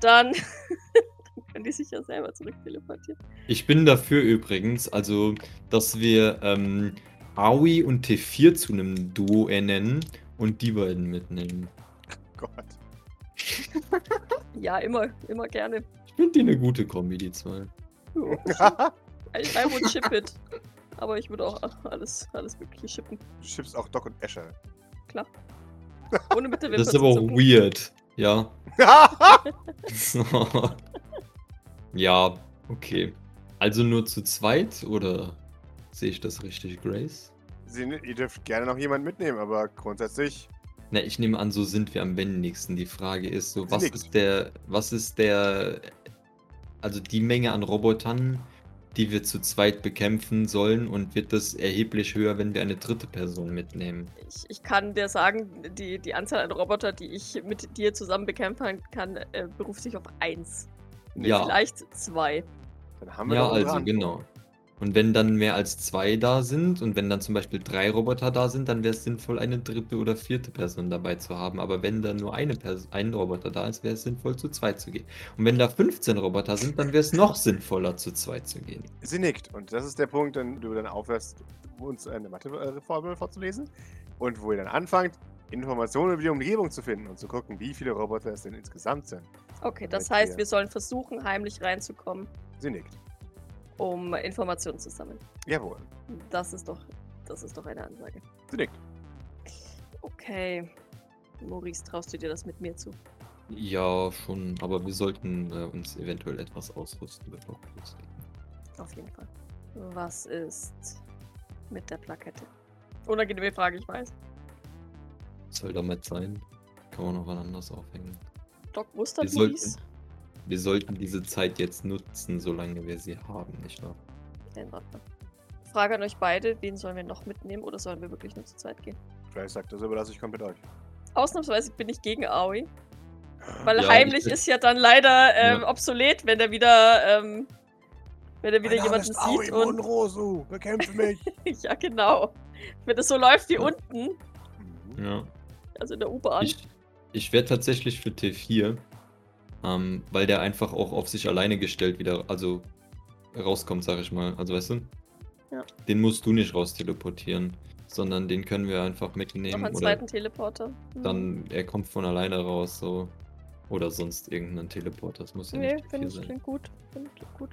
[SPEAKER 4] dann <laughs> dann können die sich ja selber zurückteleportieren.
[SPEAKER 5] Ich bin dafür übrigens, also, dass wir ähm, Aoi und T4 zu einem Duo ernennen und die beiden mitnehmen.
[SPEAKER 3] Gott.
[SPEAKER 4] Ja, immer, immer gerne.
[SPEAKER 5] Ich finde die eine gute Kombi, die zwei.
[SPEAKER 4] I, I would ship it. Aber ich würde auch alles, alles Mögliche shippen.
[SPEAKER 3] <laughs> Du schippst auch Doc und Escher.
[SPEAKER 4] Ohne mit der Wimper
[SPEAKER 5] Das ist
[SPEAKER 4] zu
[SPEAKER 5] aber auch
[SPEAKER 4] zucken.
[SPEAKER 5] weird. Ja. <laughs> ja, okay. Also nur zu zweit oder sehe ich das richtig, Grace?
[SPEAKER 3] <laughs> Sie, ihr dürft gerne noch jemanden mitnehmen, aber grundsätzlich
[SPEAKER 5] Na, ich nehme an, so sind wir am wendigsten. Die Frage ist so,
[SPEAKER 3] Sie
[SPEAKER 5] was
[SPEAKER 3] nickt.
[SPEAKER 5] ist der, was ist der, also die Menge an Robotern, die wir zu zweit bekämpfen sollen und wird das erheblich höher, wenn wir eine dritte Person mitnehmen?
[SPEAKER 4] Ich, ich kann dir sagen, die, die Anzahl an Roboter, die ich mit dir zusammen bekämpfen kann, äh, beruft sich auf eins.
[SPEAKER 5] ja,
[SPEAKER 4] Vielleicht zwei.
[SPEAKER 3] dann haben wir
[SPEAKER 5] ja,
[SPEAKER 3] doch unsere
[SPEAKER 5] also
[SPEAKER 3] Antwort.
[SPEAKER 5] genau. Und wenn dann mehr als zwei da sind und wenn dann zum Beispiel drei Roboter da sind, dann wäre es sinnvoll, eine dritte oder vierte Person dabei zu haben. Aber wenn dann nur eine Pers ein Roboter da ist, wäre es sinnvoll, zu zweit zu gehen. Und wenn da 15 Roboter sind, dann wäre es noch sinnvoller, zu zweit zu gehen.
[SPEAKER 3] Sie nickt. Und das ist der Punkt, an dem du dann aufhörst, uns eine Mathe-Formel vorzulesen. Und wo ihr dann anfangt, Informationen über die Umgebung zu finden und zu gucken, wie viele Roboter es denn insgesamt sind.
[SPEAKER 4] Okay, das
[SPEAKER 3] Damit
[SPEAKER 4] heißt,
[SPEAKER 3] wir-
[SPEAKER 4] wir sollen versuchen, heimlich reinzukommen,
[SPEAKER 3] Sie nickt.
[SPEAKER 4] um Informationen zu sammeln.
[SPEAKER 3] Jawohl.
[SPEAKER 4] Das ist doch, das ist doch eine Ansage.
[SPEAKER 3] Sie nickt.
[SPEAKER 4] Okay. Maurice, traust du dir das mit mir zu?
[SPEAKER 5] Ja, schon. Aber wir sollten äh, uns eventuell etwas ausrüsten, bevor wir loslegen.
[SPEAKER 4] Auf jeden Fall. Was ist mit der Plakette? Unangenehme Frage, ich weiß.
[SPEAKER 5] Soll damit sein? Kann man noch was anderes aufhängen.
[SPEAKER 4] Doc
[SPEAKER 5] Wir
[SPEAKER 4] mustert
[SPEAKER 5] sollten,
[SPEAKER 4] Maurice.
[SPEAKER 5] wir sollten diese Zeit jetzt nutzen, solange wir sie haben, nicht wahr?
[SPEAKER 4] In Ordnung. Frage an euch beide, wen sollen wir noch mitnehmen oder sollen wir wirklich nur zu zweit gehen?
[SPEAKER 3] Vielleicht sagt das, überlasse ich komplett euch.
[SPEAKER 4] Ausnahmsweise bin ich gegen Aoi. Weil
[SPEAKER 5] Ja,
[SPEAKER 4] heimlich
[SPEAKER 5] ich-
[SPEAKER 4] ist ja dann leider ähm,
[SPEAKER 5] Ja.
[SPEAKER 4] obsolet, wenn er wieder, ähm, wenn er wieder
[SPEAKER 3] Mein Name
[SPEAKER 4] jemanden
[SPEAKER 3] ist Aoi
[SPEAKER 4] sieht und.
[SPEAKER 3] Monrosu, bekämpfe mich.
[SPEAKER 4] <laughs> ja, genau. Wenn es so läuft wie
[SPEAKER 5] Ja.
[SPEAKER 4] unten,
[SPEAKER 3] <laughs> Mhm.
[SPEAKER 5] Ja.
[SPEAKER 4] also in der U-Bahn.
[SPEAKER 5] Ich, ich wäre tatsächlich für T4, ähm, weil der einfach auch auf sich alleine gestellt wieder, also rauskommt, sag ich mal. Also weißt du?
[SPEAKER 4] Ja.
[SPEAKER 5] Den musst du nicht raus teleportieren, sondern den können wir einfach
[SPEAKER 4] Noch
[SPEAKER 5] mitnehmen.
[SPEAKER 4] einen
[SPEAKER 5] Oder
[SPEAKER 4] zweiten Teleporter. Hm.
[SPEAKER 5] dann, er kommt von alleine raus, so. Oder sonst irgendein Teleport, das muss ja
[SPEAKER 4] Nee,
[SPEAKER 5] nicht
[SPEAKER 4] finde
[SPEAKER 5] T4
[SPEAKER 4] ich
[SPEAKER 5] sein.
[SPEAKER 4] klingt gut. Finde ich gut.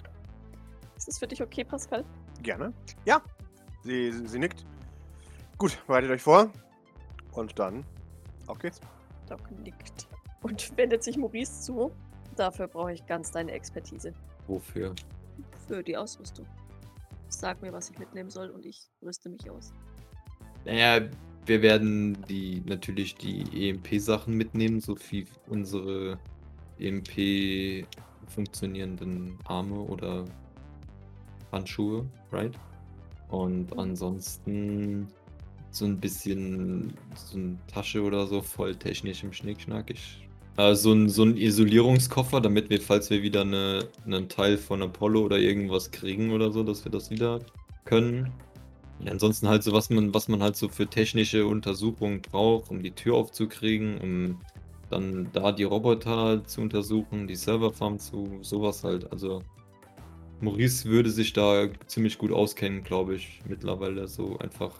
[SPEAKER 4] Ist das für dich okay, Pascal?
[SPEAKER 3] Gerne. Ja. Sie, sie, sie nickt. Gut, bereitet euch vor. Und dann. Auf geht's.
[SPEAKER 4] Doc nickt. Und <laughs> wendet sich Maurice zu. Dafür brauche ich ganz deine Expertise.
[SPEAKER 5] Wofür?
[SPEAKER 4] Für die Ausrüstung. Sag mir, was ich mitnehmen soll und ich rüste mich aus.
[SPEAKER 5] Naja, wir werden die natürlich die EMP-Sachen mitnehmen, so wie unsere EMP funktionierenden Arme oder Handschuhe, right? Und ansonsten so ein bisschen so eine Tasche oder so voll technisch im Schnickschnack. Ich, äh, so, ein, so ein Isolierungskoffer, damit wir, falls wir wieder eine, einen Teil von Apollo oder irgendwas kriegen oder so, dass wir das wieder können. Ja, ansonsten halt so, was man, was man halt so für technische Untersuchungen braucht, um die Tür aufzukriegen, um dann da die Roboter halt zu untersuchen, die Serverfarm zu, sowas halt. Also Maurice würde sich da ziemlich gut auskennen, glaube ich, mittlerweile so einfach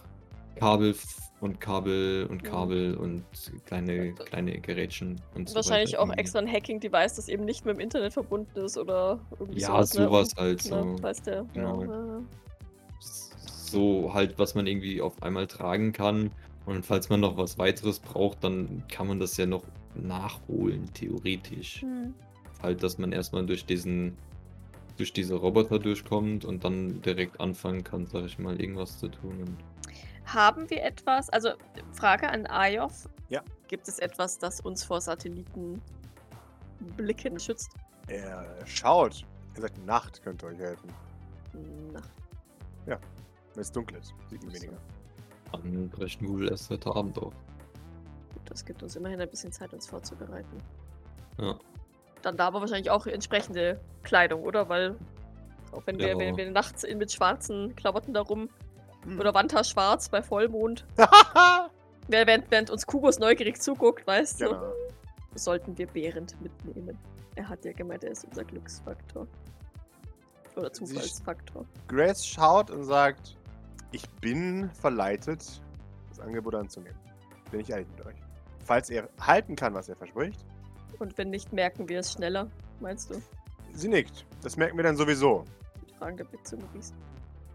[SPEAKER 5] Kabel f- und Kabel und
[SPEAKER 4] Ja.
[SPEAKER 5] Kabel und kleine, kleine Gerätchen und so
[SPEAKER 4] Wahrscheinlich
[SPEAKER 5] weiter. Mhm.
[SPEAKER 4] auch extra ein Hacking-Device, das eben nicht mit dem Internet verbunden ist oder irgendwie
[SPEAKER 5] Ja,
[SPEAKER 4] ne?
[SPEAKER 5] sowas halt
[SPEAKER 4] Ne?
[SPEAKER 5] so.
[SPEAKER 4] Weißt du?
[SPEAKER 5] Genau.
[SPEAKER 4] Ja.
[SPEAKER 5] so halt, was man irgendwie auf einmal tragen kann. Und falls man noch was weiteres braucht, dann kann man das ja noch nachholen, theoretisch.
[SPEAKER 4] Hm.
[SPEAKER 5] Halt, dass man erstmal durch diesen, durch diese Roboter durchkommt und dann direkt anfangen kann, sag ich mal, irgendwas zu tun. Und
[SPEAKER 4] Haben wir etwas, also Frage an Ayov.
[SPEAKER 3] Ja.
[SPEAKER 4] Gibt es etwas, das uns vor Satellitenblicken schützt?
[SPEAKER 3] Er schaut. Er sagt, Nacht könnte euch helfen.
[SPEAKER 4] Na,
[SPEAKER 3] Wenn es dunkel ist, sieht man
[SPEAKER 4] Ach so.
[SPEAKER 3] weniger.
[SPEAKER 5] dann brechen wir wohl erst heute Abend auf.
[SPEAKER 4] gut, das gibt uns immerhin ein bisschen Zeit, uns vorzubereiten.
[SPEAKER 5] Ja.
[SPEAKER 4] Dann da aber wahrscheinlich auch entsprechende Kleidung, oder? Weil auch wenn wir,
[SPEAKER 5] Ja.
[SPEAKER 4] wenn wir nachts in, mit schwarzen Klamotten darum
[SPEAKER 3] Hm. <laughs>
[SPEAKER 4] oder Wanta schwarz bei Vollmond, wer- während, während uns Kubus neugierig zuguckt, weißt du,
[SPEAKER 3] genau.
[SPEAKER 4] sollten wir Behrend mitnehmen. Er hat ja gemeint, er ist unser Glücksfaktor. Oder
[SPEAKER 3] Sie sch-
[SPEAKER 4] Zufallsfaktor.
[SPEAKER 3] Grace schaut und sagt, ich bin verleitet, das Angebot anzunehmen. Bin ich ehrlich mit euch. Falls er halten kann, was er verspricht.
[SPEAKER 4] Und wenn nicht, merken wir es schneller, meinst du?
[SPEAKER 3] Sie nickt. Das merken wir dann sowieso.
[SPEAKER 4] Fragender Blick zu Maurice.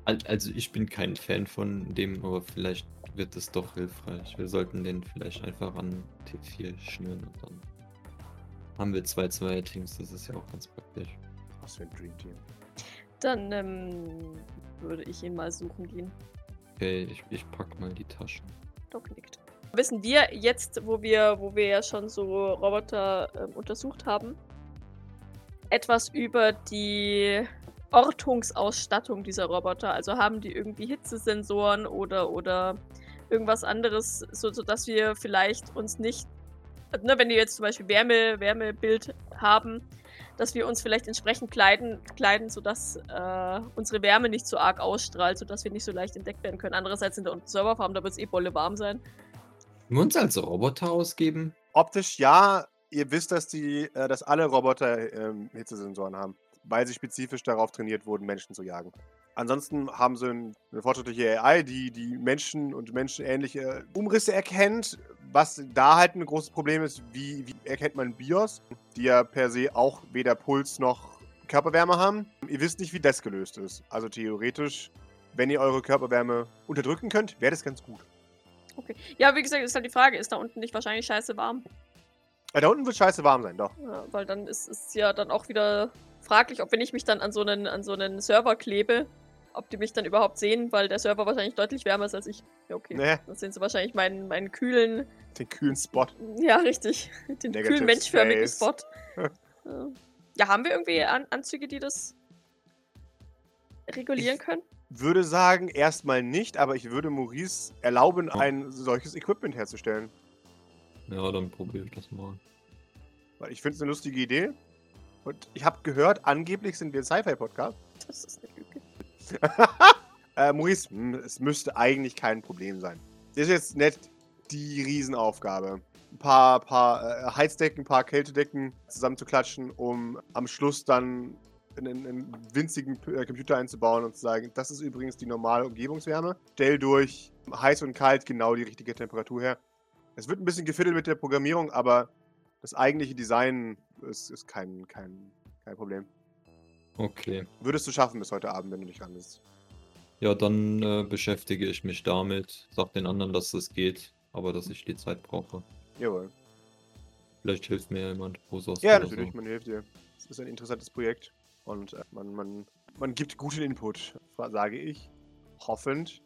[SPEAKER 5] Al- Also ich bin kein Fan von dem, aber vielleicht wird es doch hilfreich. Wir sollten den vielleicht einfach an T4 schnüren und dann haben wir zwei Zweier-Teams, das ist ja auch ganz praktisch.
[SPEAKER 3] Was für ein Dream Team.
[SPEAKER 4] Dann ähm, würde ich ihn mal suchen gehen.
[SPEAKER 5] Okay, ich, ich pack mal die Taschen.
[SPEAKER 4] Doc nickt. Wissen wir jetzt, wo wir, wo wir ja schon so Roboter ähm, untersucht haben, etwas über die Ortungsausstattung dieser Roboter? Also haben die irgendwie Hitzesensoren oder, oder irgendwas anderes, so, sodass wir vielleicht uns nicht, ne, wenn die jetzt zum Beispiel Wärme, Wärmebild haben, dass wir uns vielleicht entsprechend kleiden, kleiden sodass äh, unsere Wärme nicht so arg ausstrahlt, sodass wir nicht so leicht entdeckt werden können. Andererseits sind da unten Serverfarmen, da wird es eh bolle warm sein.
[SPEAKER 5] Können wir uns als Roboter ausgeben?
[SPEAKER 3] Optisch ja, ihr wisst, dass, die, äh, dass alle Roboter ähm, Hitzesensoren haben, weil sie spezifisch darauf trainiert wurden, Menschen zu jagen. Ansonsten haben sie ein, eine fortschrittliche AI, die die Menschen und menschenähnliche Umrisse erkennt. Was da halt ein großes Problem ist, wie, wie erkennt man BIOS, die ja per se auch weder Puls noch Körperwärme haben. Ihr wisst nicht, wie das gelöst ist. Also theoretisch, wenn ihr eure Körperwärme unterdrücken könnt, wäre das ganz gut.
[SPEAKER 4] Okay. Ja, wie gesagt, ist halt die Frage, ist da unten nicht wahrscheinlich scheiße warm?
[SPEAKER 3] Ja, Äh, da unten wird scheiße warm sein, doch.
[SPEAKER 4] Ja, weil dann ist es ja dann auch wieder fraglich, ob wenn ich mich dann an so einen, an so einen Server klebe, ob die mich dann überhaupt sehen, weil der Server wahrscheinlich deutlich wärmer ist als ich. Ja, okay.
[SPEAKER 3] Nee.
[SPEAKER 4] Dann sehen sie wahrscheinlich meinen, meinen kühlen,
[SPEAKER 3] Den kühlen Spot.
[SPEAKER 4] ja, richtig, <laughs> den
[SPEAKER 3] Negative
[SPEAKER 4] kühlen menschförmigen
[SPEAKER 3] Space.
[SPEAKER 4] Spot.
[SPEAKER 3] <laughs>
[SPEAKER 4] Ja. ja, haben wir irgendwie An Anzüge, die das regulieren
[SPEAKER 3] Ich-
[SPEAKER 4] können?
[SPEAKER 3] Würde sagen, erstmal nicht, aber ich würde Maurice erlauben, ein solches Equipment herzustellen.
[SPEAKER 5] Ja, dann probiere ich das mal.
[SPEAKER 3] Weil ich finde es eine lustige Idee. Und ich habe gehört, angeblich sind wir ein Sci-Fi-Podcast.
[SPEAKER 4] Das ist eine Lüge.
[SPEAKER 3] Äh, Maurice, hm, es müsste eigentlich kein Problem sein. Das ist jetzt nicht die Riesenaufgabe. Ein paar, paar äh, Heizdecken, ein paar Kältedecken zusammenzuklatschen, um am Schluss dann einen, einen winzigen P- äh, Computer einzubauen und zu sagen, das ist übrigens die normale Umgebungswärme. Stell durch heiß und kalt genau die richtige Temperatur her. Es wird ein bisschen gefiddelt mit der Programmierung, aber das eigentliche Design ist, ist kein, kein, kein Problem.
[SPEAKER 5] Okay.
[SPEAKER 3] Würdest du schaffen bis heute Abend, wenn du dich ran bist.
[SPEAKER 5] Ja, dann äh, beschäftige ich mich damit. Sag den anderen, dass das geht, aber dass ich die Zeit brauche.
[SPEAKER 3] Jawohl.
[SPEAKER 5] Vielleicht hilft mir ja jemand. Rosos
[SPEAKER 3] Ja,
[SPEAKER 5] oder
[SPEAKER 3] natürlich, man hilft dir. Es ist ein interessantes Projekt und äh, man, man, man gibt guten Input, fa- sage ich. Hoffend.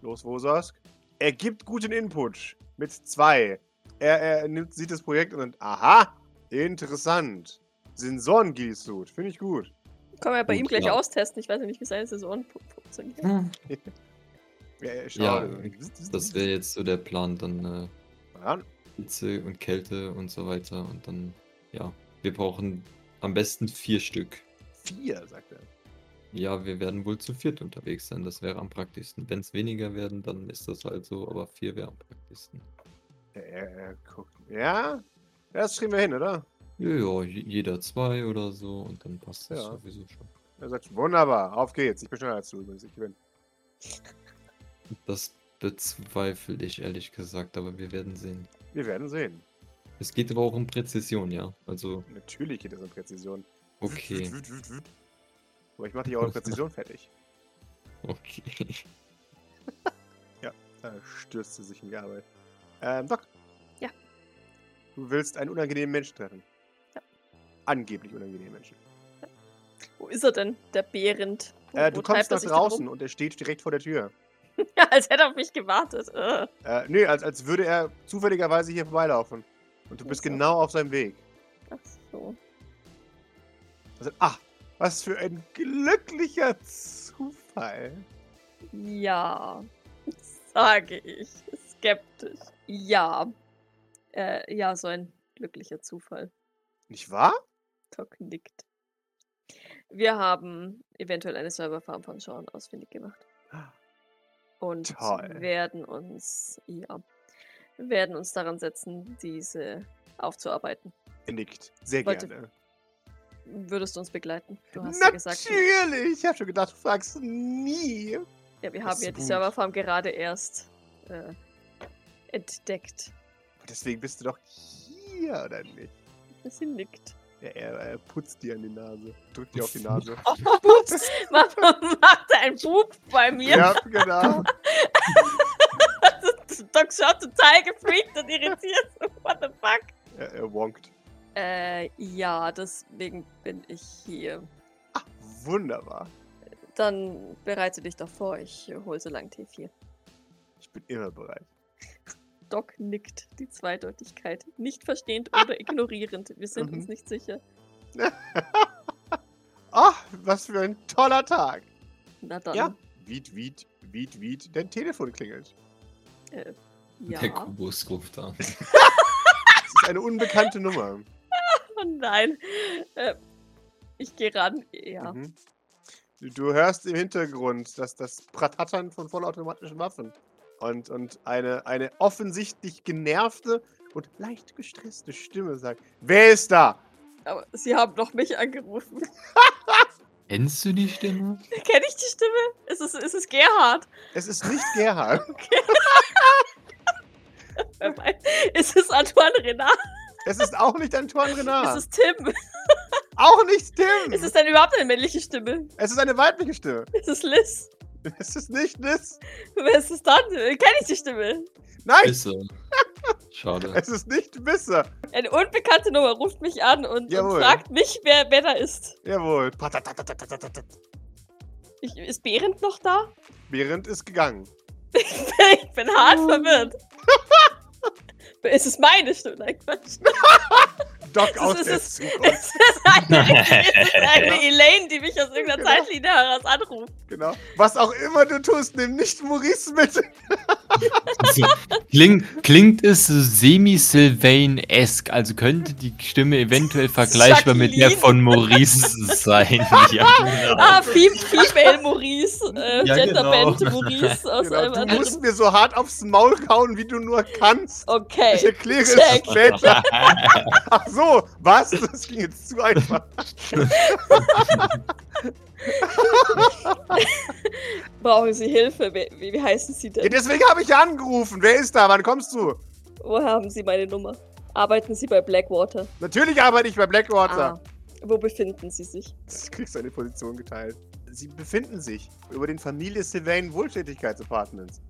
[SPEAKER 3] Los, Wosask. Er gibt guten Input mit zwei. Er, er nimmt, sieht das Projekt und dann, aha, interessant. Sensoren Gilsud, finde ich gut.
[SPEAKER 4] Können wir ja bei
[SPEAKER 5] Gut,
[SPEAKER 4] ihm gleich
[SPEAKER 5] ja.
[SPEAKER 4] austesten. Ich weiß ja nicht, wie seine Saison fu- funktioniert.
[SPEAKER 5] So.
[SPEAKER 3] Ja, er
[SPEAKER 5] Ja,
[SPEAKER 3] schaut.
[SPEAKER 5] Das wäre jetzt so der Plan, dann äh,
[SPEAKER 3] Ja,
[SPEAKER 5] Hitze und Kälte und so weiter. Und dann, ja, wir brauchen am besten vier Stück.
[SPEAKER 3] Vier, sagt er.
[SPEAKER 5] Ja, wir werden wohl zu viert unterwegs sein. Das wäre am praktischsten. Wenn es weniger werden, dann ist das halt so, aber vier wäre am praktischsten.
[SPEAKER 3] Er, er, er guckt. Ja? Ja, das schrieben wir hin, oder?
[SPEAKER 5] Ja, ja, je- jeder zwei oder so und dann passt das
[SPEAKER 3] Ja.
[SPEAKER 5] sowieso schon.
[SPEAKER 3] Er sagt, wunderbar, auf geht's. Ich bin schneller als du übrigens, ich gewinne.
[SPEAKER 5] Das bezweifle ich ehrlich gesagt, aber wir werden sehen.
[SPEAKER 3] Wir werden sehen.
[SPEAKER 5] Es geht aber auch um Präzision, ja. Also,
[SPEAKER 3] Natürlich geht es um Präzision.
[SPEAKER 5] okay.
[SPEAKER 3] Wüt, wüt, wüt, wüt. Aber ich mache dich auch in Präzision fertig.
[SPEAKER 5] Okay. <laughs>
[SPEAKER 3] Da stürzt sie sich in die Arbeit. Ähm, Doc.
[SPEAKER 4] Ja.
[SPEAKER 3] Du willst einen unangenehmen Menschen treffen.
[SPEAKER 4] Ja. Oh,
[SPEAKER 3] Angeblich unangenehmen Menschen.
[SPEAKER 4] Wo ist er denn, der Behrend? Wo,
[SPEAKER 3] Äh, du
[SPEAKER 4] wo
[SPEAKER 3] kommst
[SPEAKER 4] treibt er
[SPEAKER 3] nach
[SPEAKER 4] sich denn rum? <laughs>
[SPEAKER 3] draußen und er steht direkt vor der Tür.
[SPEAKER 4] Als hätte er auf mich gewartet. Äh.
[SPEAKER 3] Äh, nee, als, als würde er zufälligerweise hier vorbeilaufen. Und du bist
[SPEAKER 4] Ach so.
[SPEAKER 3] genau auf seinem Weg.
[SPEAKER 4] Ach so.
[SPEAKER 3] Er sagt, ah, was für ein glücklicher Zufall.
[SPEAKER 4] Ja, sage ich. Skeptisch. Ja. Äh, ja, so ein glücklicher Zufall.
[SPEAKER 3] Nicht wahr?
[SPEAKER 4] Doc nickt. Wir haben eventuell eine Serverfarm von Sean ausfindig gemacht. Und
[SPEAKER 3] Toll.
[SPEAKER 4] werden uns, ja, werden uns daran setzen, diese aufzuarbeiten.
[SPEAKER 3] Er nickt. Sehr
[SPEAKER 4] Warte.
[SPEAKER 3] gerne.
[SPEAKER 4] Würdest du uns begleiten? Du hast ja gesagt, du-
[SPEAKER 3] Natürlich! Ich habe schon gedacht, du fragst nie.
[SPEAKER 4] ja, wir
[SPEAKER 3] Das
[SPEAKER 4] haben
[SPEAKER 3] ist
[SPEAKER 4] ja die
[SPEAKER 3] gut.
[SPEAKER 4] Serverfarm gerade erst äh, entdeckt.
[SPEAKER 3] Deswegen bist du doch hier, oder nicht?
[SPEAKER 4] Sie
[SPEAKER 3] <laughs>
[SPEAKER 4] nickt.
[SPEAKER 3] Er, er, er putzt dir an die Nase. Drückt dir <laughs> auf die Nase.
[SPEAKER 4] Warum macht er einen Bub bei mir?
[SPEAKER 3] genau.
[SPEAKER 4] Doc schaut total gefreakt und irritiert. <laughs> What the fuck?
[SPEAKER 3] Er, er wonkt.
[SPEAKER 4] Äh, ja, deswegen bin ich hier.
[SPEAKER 3] Wunderbar.
[SPEAKER 4] Dann bereite dich doch vor, ich hol so lang T4.
[SPEAKER 3] Ich bin immer bereit.
[SPEAKER 4] Doc nickt, die Zweideutigkeit. Nicht verstehend
[SPEAKER 3] <laughs>
[SPEAKER 4] oder ignorierend. Wir sind
[SPEAKER 3] Mhm.
[SPEAKER 4] uns nicht sicher.
[SPEAKER 3] Ach, Ah, was für ein toller Tag.
[SPEAKER 4] Na dann.
[SPEAKER 3] Ja. Wiet, wiet, wiet, wiet. Dein Telefon klingelt.
[SPEAKER 4] ja.
[SPEAKER 5] Der Kubus ruft an.
[SPEAKER 3] <laughs> Es ist eine unbekannte Nummer.
[SPEAKER 4] Oh nein. Äh, ich gehe ran. Ja.
[SPEAKER 3] Mhm. Du, du hörst im Hintergrund das, das Pratattern von vollautomatischen Waffen. Und, und eine, eine offensichtlich genervte und leicht gestresste Stimme sagt: Wer ist da?
[SPEAKER 4] Aber sie haben doch mich angerufen. <laughs>
[SPEAKER 5] Kennst du die Stimme?
[SPEAKER 4] Kenne ich die Stimme? Ist es, ist es Gerhard?
[SPEAKER 3] Es ist nicht Gerhard.
[SPEAKER 4] <laughs> Wer weiß. Ist es Antoine Renard?
[SPEAKER 3] es ist auch nicht Antoine Renard.
[SPEAKER 4] Ist es Tim?
[SPEAKER 3] auch nicht Tim.
[SPEAKER 4] Ist es denn überhaupt eine männliche Stimme?
[SPEAKER 3] es ist eine weibliche Stimme.
[SPEAKER 4] Ist es Liz?
[SPEAKER 3] Es ist nicht Liz.
[SPEAKER 4] Wer ist es dann? Kenne ich die Stimme?
[SPEAKER 3] Nein,
[SPEAKER 5] Bisse. Schade.
[SPEAKER 3] es ist nicht Bisser.
[SPEAKER 4] Eine unbekannte Nummer ruft mich an und, und
[SPEAKER 3] Jawohl.
[SPEAKER 4] fragt mich, wer, wer da ist.
[SPEAKER 3] Jawohl.
[SPEAKER 4] Ich, ist Behrend noch da? <laughs>
[SPEAKER 3] Behrend ist gegangen.
[SPEAKER 4] ich bin hart verwirrt. ist es meine Stimme? Nein, Quatsch. <laughs>
[SPEAKER 3] Doc
[SPEAKER 4] ist-
[SPEAKER 3] aus
[SPEAKER 4] es
[SPEAKER 3] der
[SPEAKER 4] ist-
[SPEAKER 3] Zukunft.
[SPEAKER 4] Ist es eine, ist es eine Elaine, die mich aus irgendeiner
[SPEAKER 3] Genau.
[SPEAKER 4] Zeitlinie heraus anruft?
[SPEAKER 3] Genau. Was auch immer du tust, nimm nicht Maurice mit.
[SPEAKER 5] So, klingt, klingt es so semi-Sylvain-esque, also könnte die Stimme eventuell vergleichbar mit der
[SPEAKER 4] Jacqueline.
[SPEAKER 5] von Maurice
[SPEAKER 3] <laughs>
[SPEAKER 5] sein. Ja,
[SPEAKER 4] Ah, Fem- Female Maurice, äh,
[SPEAKER 5] Ja,
[SPEAKER 4] Genderband
[SPEAKER 5] genau.
[SPEAKER 4] Maurice aus
[SPEAKER 3] Genau.
[SPEAKER 4] einem
[SPEAKER 3] Du
[SPEAKER 4] anderen.
[SPEAKER 3] musst mir so hart aufs Maul kauen, wie du nur kannst. Ich
[SPEAKER 4] Okay.
[SPEAKER 3] erkläre es
[SPEAKER 4] check.
[SPEAKER 3] später. Ach so, was? Das ging jetzt zu einfach.
[SPEAKER 4] Brauchen Sie Hilfe? Wie, wie wie heißen Sie
[SPEAKER 3] Ja,
[SPEAKER 4] denn?
[SPEAKER 3] deswegen habe ich ja angerufen. Wer ist da? Wann kommst du?
[SPEAKER 4] Woher haben Sie meine Nummer? Arbeiten Sie bei Blackwater?
[SPEAKER 3] Natürlich arbeite ich bei Blackwater.
[SPEAKER 4] Ah. Wo befinden Sie sich?
[SPEAKER 3] Du kriegst deine Position geteilt. Sie befinden sich über den Familie Sylvain Wohltätigkeitsapartments.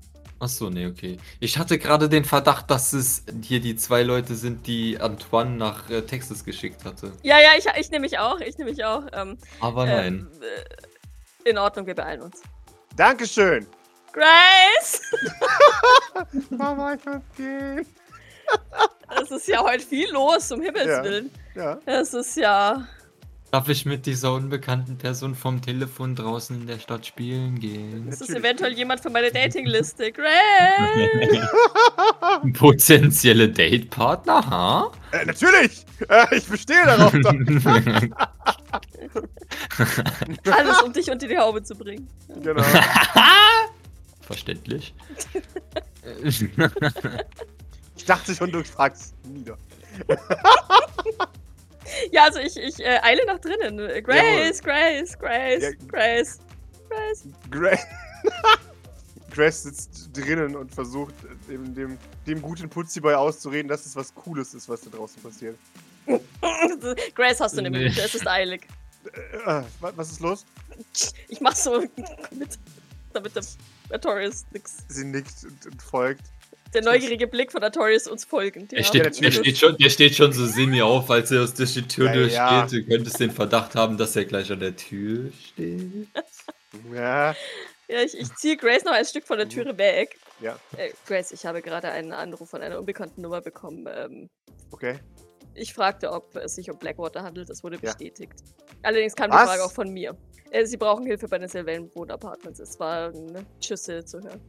[SPEAKER 5] Achso, nee, okay. Ich hatte gerade den Verdacht, dass es hier die zwei Leute sind, die Antoine nach äh, Texas geschickt hatte.
[SPEAKER 4] Ja, ja, ich, ich nehme mich auch. Ich nehme mich auch. Ähm,
[SPEAKER 5] Aber nein.
[SPEAKER 4] ähm, äh, in Ordnung, wir beeilen uns.
[SPEAKER 3] Dankeschön.
[SPEAKER 4] Grace!
[SPEAKER 3] Mama, ich muss gehen.
[SPEAKER 4] Es ist ja heute viel los, um Himmels
[SPEAKER 3] Ja.
[SPEAKER 4] Willen.
[SPEAKER 3] Ja.
[SPEAKER 4] Es ist ja.
[SPEAKER 5] Darf ich mit dieser unbekannten Person vom Telefon draußen in der Stadt spielen gehen?
[SPEAKER 4] Es ist
[SPEAKER 3] Natürlich.
[SPEAKER 4] eventuell jemand für meine Datingliste.
[SPEAKER 6] <laughs>
[SPEAKER 4] Grace!
[SPEAKER 5] Potenzielle Datepartner, ha?
[SPEAKER 3] Äh, natürlich. Äh, ich bestehe darauf. Doc.
[SPEAKER 4] Alles, um dich unter die Haube zu bringen.
[SPEAKER 3] genau.
[SPEAKER 5] Verständlich.
[SPEAKER 3] Ich dachte schon, du fragst nieder.
[SPEAKER 4] Ja, also ich, ich äh, eile nach drinnen. Grace, Grace, Grace,
[SPEAKER 3] Ja.
[SPEAKER 4] Grace, Grace.
[SPEAKER 3] Gra <laughs> Grace sitzt drinnen und versucht, äh, dem, dem, dem guten Putziboy auszureden, dass es was Cooles ist, was da draußen passiert.
[SPEAKER 4] Grace <laughs> hast du eine
[SPEAKER 5] Nee.
[SPEAKER 4] Minute, es ist eilig.
[SPEAKER 3] Äh, wa- was ist los?
[SPEAKER 4] Ich mach so mit, damit der Artorius nix.
[SPEAKER 3] Sie nickt und, und folgt.
[SPEAKER 4] Der neugierige Blick von Artorius uns folgend. Ja.
[SPEAKER 5] Der steht, der,
[SPEAKER 3] natürlich.
[SPEAKER 5] steht schon, der steht schon so semi auf, als er aus durch die Tür
[SPEAKER 3] Ja,
[SPEAKER 5] durchgeht.
[SPEAKER 3] ja.
[SPEAKER 5] Du könntest den Verdacht haben, dass er gleich an der Tür steht.
[SPEAKER 3] Ja,
[SPEAKER 4] Ja, ich, ich ziehe Grace noch ein Stück von der
[SPEAKER 3] Mhm.
[SPEAKER 4] Türe weg.
[SPEAKER 3] Ja.
[SPEAKER 4] Äh, Grace, ich habe gerade einen Anruf von einer unbekannten Nummer bekommen. Ähm,
[SPEAKER 3] okay.
[SPEAKER 4] ich fragte, ob es sich um Blackwater handelt. Es wurde
[SPEAKER 3] Ja.
[SPEAKER 4] bestätigt. Allerdings kam
[SPEAKER 3] Was?
[SPEAKER 4] die Frage auch von mir. Äh, sie brauchen Hilfe bei den Sylvain Wohn Apartments. Es waren Schüsse zu hören.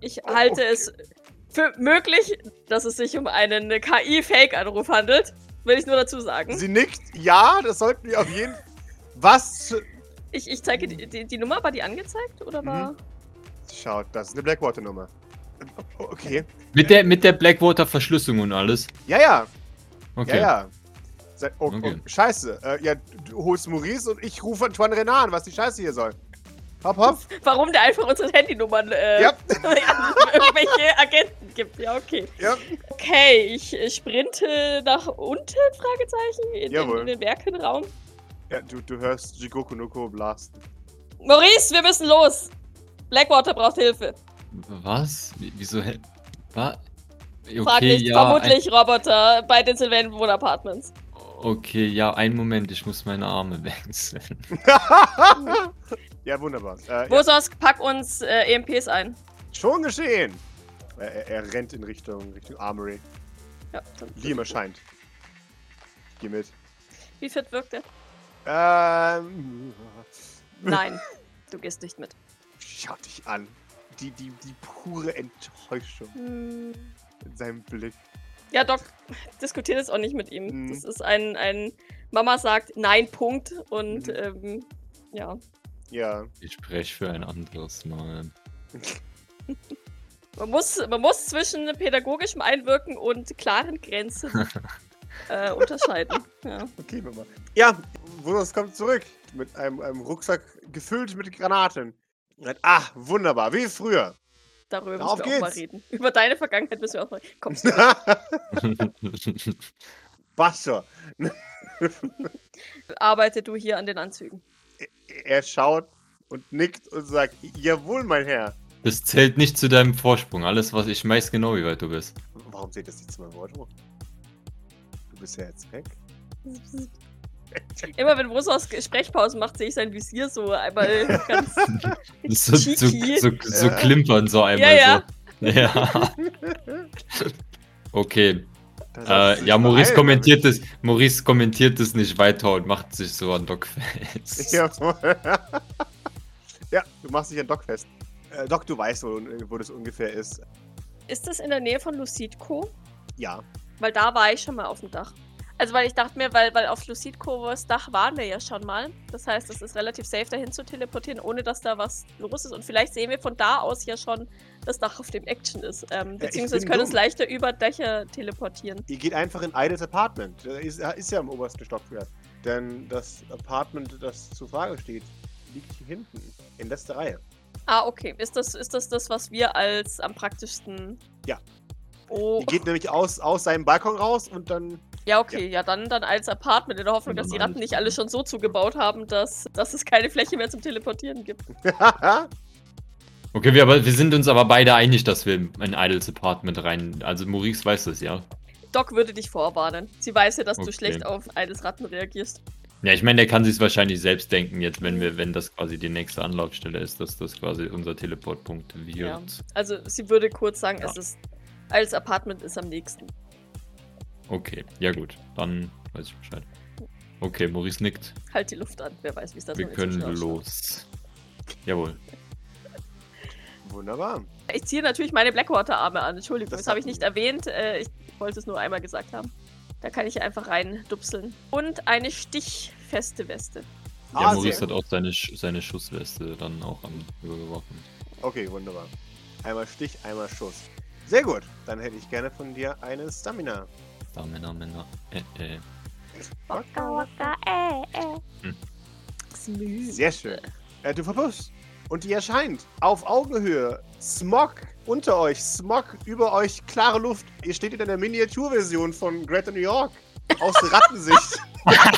[SPEAKER 4] Ich
[SPEAKER 3] Oh,
[SPEAKER 4] halte
[SPEAKER 3] okay.
[SPEAKER 4] es für möglich, dass es sich um einen KI-Fake-Anruf handelt. Will ich nur dazu sagen.
[SPEAKER 3] Hm? Sie nickt. Ja, das sollten wir auf jeden Fall. Was? zu-
[SPEAKER 4] ich, ich zeige die, die, die Nummer. War die angezeigt oder
[SPEAKER 3] Mhm.
[SPEAKER 4] war.
[SPEAKER 3] Schaut, das ist eine Blackwater-Nummer. O- Okay.
[SPEAKER 5] Mit der, mit der Blackwater-Verschlüsselung und alles.
[SPEAKER 3] Ja, ja.
[SPEAKER 5] Okay.
[SPEAKER 3] Ja, ja. Sag- oh,
[SPEAKER 5] Okay.
[SPEAKER 3] oh, scheiße. Äh, ja, du du holst Maurice und ich rufe Antoine Renard an, was die Scheiße hier soll. Hopp, hopp.
[SPEAKER 4] Warum der einfach unsere Handynummern äh,
[SPEAKER 3] Ja.
[SPEAKER 4] an <laughs> irgendwelche Agenten gibt. Ja, okay.
[SPEAKER 3] Ja.
[SPEAKER 4] Okay, ich äh, sprinte nach unten, Fragezeichen, in, den,
[SPEAKER 3] Jawohl.
[SPEAKER 4] in den Werkenraum.
[SPEAKER 3] Ja, du, du hörst Jigoku no Ko blasten.
[SPEAKER 4] Maurice, wir müssen los! Blackwater braucht Hilfe.
[SPEAKER 5] Was? W- Wieso? hä- Wa? Okay,
[SPEAKER 4] Frag nicht, vermutlich Roboter bei den Sylvain Wohn Apartments.
[SPEAKER 5] Ein, okay, ja, einen Moment, ich muss meine Arme <laughs> wechseln.
[SPEAKER 3] ja, wunderbar. Äh, ja,
[SPEAKER 4] Bosos, pack uns äh, EMPs ein.
[SPEAKER 3] schon geschehen. Er, er, er rennt in Richtung, Richtung Armory.
[SPEAKER 4] Ja, dann-
[SPEAKER 3] Liam erscheint. Ich geh mit.
[SPEAKER 4] Wie fit wirkt
[SPEAKER 3] <laughs>
[SPEAKER 4] er?
[SPEAKER 3] Ähm.
[SPEAKER 4] Nein, du gehst nicht mit.
[SPEAKER 3] Schau dich an. Die, die, die pure Enttäuschung
[SPEAKER 4] Hm.
[SPEAKER 3] in seinem Blick.
[SPEAKER 4] <laughs> Ja, Doc, diskutiert es auch nicht mit ihm.
[SPEAKER 3] Mhm.
[SPEAKER 4] Das ist ein, ein Mama sagt nein, Punkt. Und
[SPEAKER 3] Hm.
[SPEAKER 4] ähm, ja.
[SPEAKER 3] Ja.
[SPEAKER 6] Ich spreche für ein anderes Mal.
[SPEAKER 4] Man muss, man muss zwischen pädagogischem Einwirken und klaren
[SPEAKER 3] <laughs>
[SPEAKER 4] Grenzen äh, unterscheiden. Ja.
[SPEAKER 3] Okay, Mama. Ja, Wunders kommt zurück mit einem, einem Rucksack gefüllt mit Granaten. Und sagt, Ah, wunderbar, wie früher.
[SPEAKER 4] Darüber
[SPEAKER 3] Auf
[SPEAKER 4] müssen wir auch mal
[SPEAKER 3] geht's.
[SPEAKER 4] reden. Über deine Vergangenheit müssen wir auch mal reden. Kommst du
[SPEAKER 3] Basta.
[SPEAKER 4] arbeite du hier an den
[SPEAKER 3] <laughs>
[SPEAKER 4] Anzügen.
[SPEAKER 3] Er schaut und nickt und sagt, jawohl, mein Herr.
[SPEAKER 6] das zählt nicht zu deinem Vorsprung. Alles, was ich weiß, genau wie weit du bist.
[SPEAKER 3] Warum seht das nicht zu meinem Auto? Du bist ja jetzt weg.
[SPEAKER 4] Immer wenn Rosaus Sprechpausen macht, sehe ich sein Visier so
[SPEAKER 3] <laughs>
[SPEAKER 4] einmal ganz.
[SPEAKER 6] Das ist so, so,
[SPEAKER 4] Cheeky.
[SPEAKER 6] so, so klimpern so einmal
[SPEAKER 4] Ja, <laughs>
[SPEAKER 6] so. Ja. Okay.
[SPEAKER 3] Da sagst
[SPEAKER 6] Äh,
[SPEAKER 3] du,
[SPEAKER 6] ja,
[SPEAKER 3] ich
[SPEAKER 6] Maurice
[SPEAKER 3] beeil
[SPEAKER 6] kommentiert es, Maurice kommentiert es nicht weiter und macht sich so an Doc
[SPEAKER 3] mich.
[SPEAKER 6] fest.
[SPEAKER 3] Ja. <laughs> ja, du machst dich an Doc fest. Äh, Doc, du weißt, wo, wo das ungefähr ist.
[SPEAKER 4] Ist das in der Nähe von Lucidco?
[SPEAKER 3] Ja.
[SPEAKER 4] Weil da war ich schon mal auf dem Dach. Also weil ich dachte mir, weil, weil auf Lucidcovers Dach waren wir ja schon mal. Das heißt, es ist relativ safe, dahin zu teleportieren, ohne dass da was los ist. Und vielleicht sehen wir von da aus ja schon das Dach, auf dem Action ist. Ähm,
[SPEAKER 3] Ja, ich
[SPEAKER 4] beziehungsweise
[SPEAKER 3] bin
[SPEAKER 4] können
[SPEAKER 3] dumm.
[SPEAKER 4] uns leichter über Dächer teleportieren.
[SPEAKER 3] Ihr geht einfach in Idols Apartment. Da Ist, ist ja im obersten Stockwerk. Denn das Apartment, das zur Frage steht, liegt hier hinten. In letzter Reihe.
[SPEAKER 4] Ah, okay. Ist das ist das, das was wir als am praktischsten...
[SPEAKER 3] Ja.
[SPEAKER 4] Oh,
[SPEAKER 3] Ihr geht nämlich aus, aus seinem Balkon raus und dann
[SPEAKER 4] ja, okay. Ja, dann, dann als Apartment in der Hoffnung, dass die Ratten nicht alle schon so zugebaut haben, dass, dass es keine Fläche mehr zum Teleportieren gibt.
[SPEAKER 6] Okay, wir, aber, wir sind uns aber beide einig, dass wir in Idols Apartment rein. Also Maurice weiß das, ja.
[SPEAKER 4] Doc würde dich vorwarnen. Sie weiß ja, dass du
[SPEAKER 6] Okay.
[SPEAKER 4] schlecht auf eines Ratten reagierst.
[SPEAKER 6] Ja, ich meine, der kann sich wahrscheinlich selbst denken, jetzt, wenn wir, wenn das quasi die nächste Anlaufstelle ist, dass das quasi unser Teleportpunkt wird.
[SPEAKER 4] Ja. Also sie würde kurz sagen, es ist als Apartment ist am nächsten.
[SPEAKER 6] Okay, ja gut, dann weiß ich Bescheid. Okay, Maurice nickt.
[SPEAKER 4] Halt die Luft an, wer weiß, wie es
[SPEAKER 3] Also
[SPEAKER 4] da
[SPEAKER 6] wir
[SPEAKER 4] drin
[SPEAKER 6] können
[SPEAKER 4] inzwischen ausschaut.
[SPEAKER 6] los. Jawohl.
[SPEAKER 3] Wunderbar.
[SPEAKER 4] Ich ziehe natürlich meine Blackwater-Arme an. Entschuldigung,
[SPEAKER 3] Das
[SPEAKER 4] das, habe ich
[SPEAKER 3] hatten
[SPEAKER 4] nicht
[SPEAKER 3] wir.
[SPEAKER 4] erwähnt. Äh, ich wollte es nur einmal gesagt haben. Da kann ich einfach reindupseln. Und eine stichfeste Weste.
[SPEAKER 6] Ja,
[SPEAKER 3] Ah,
[SPEAKER 6] Maurice
[SPEAKER 3] sehr
[SPEAKER 6] hat auch seine, Sch- seine Schussweste dann auch an übergeworfen.
[SPEAKER 3] Okay, wunderbar. Einmal Stich, einmal Schuss. Sehr gut. Dann hätte ich gerne von dir eine Stamina.
[SPEAKER 6] Da, Männer, Männer. Äh, äh.
[SPEAKER 7] Waka, waka, äh, äh.
[SPEAKER 4] Smooth.
[SPEAKER 3] Sehr schön. Äh, du verpuffst. Und die erscheint auf Augenhöhe. Smog unter euch, Smog über euch, klare Luft. Ihr steht in einer Miniaturversion von Greater New York. Aus Rattensicht.
[SPEAKER 4] <laughs>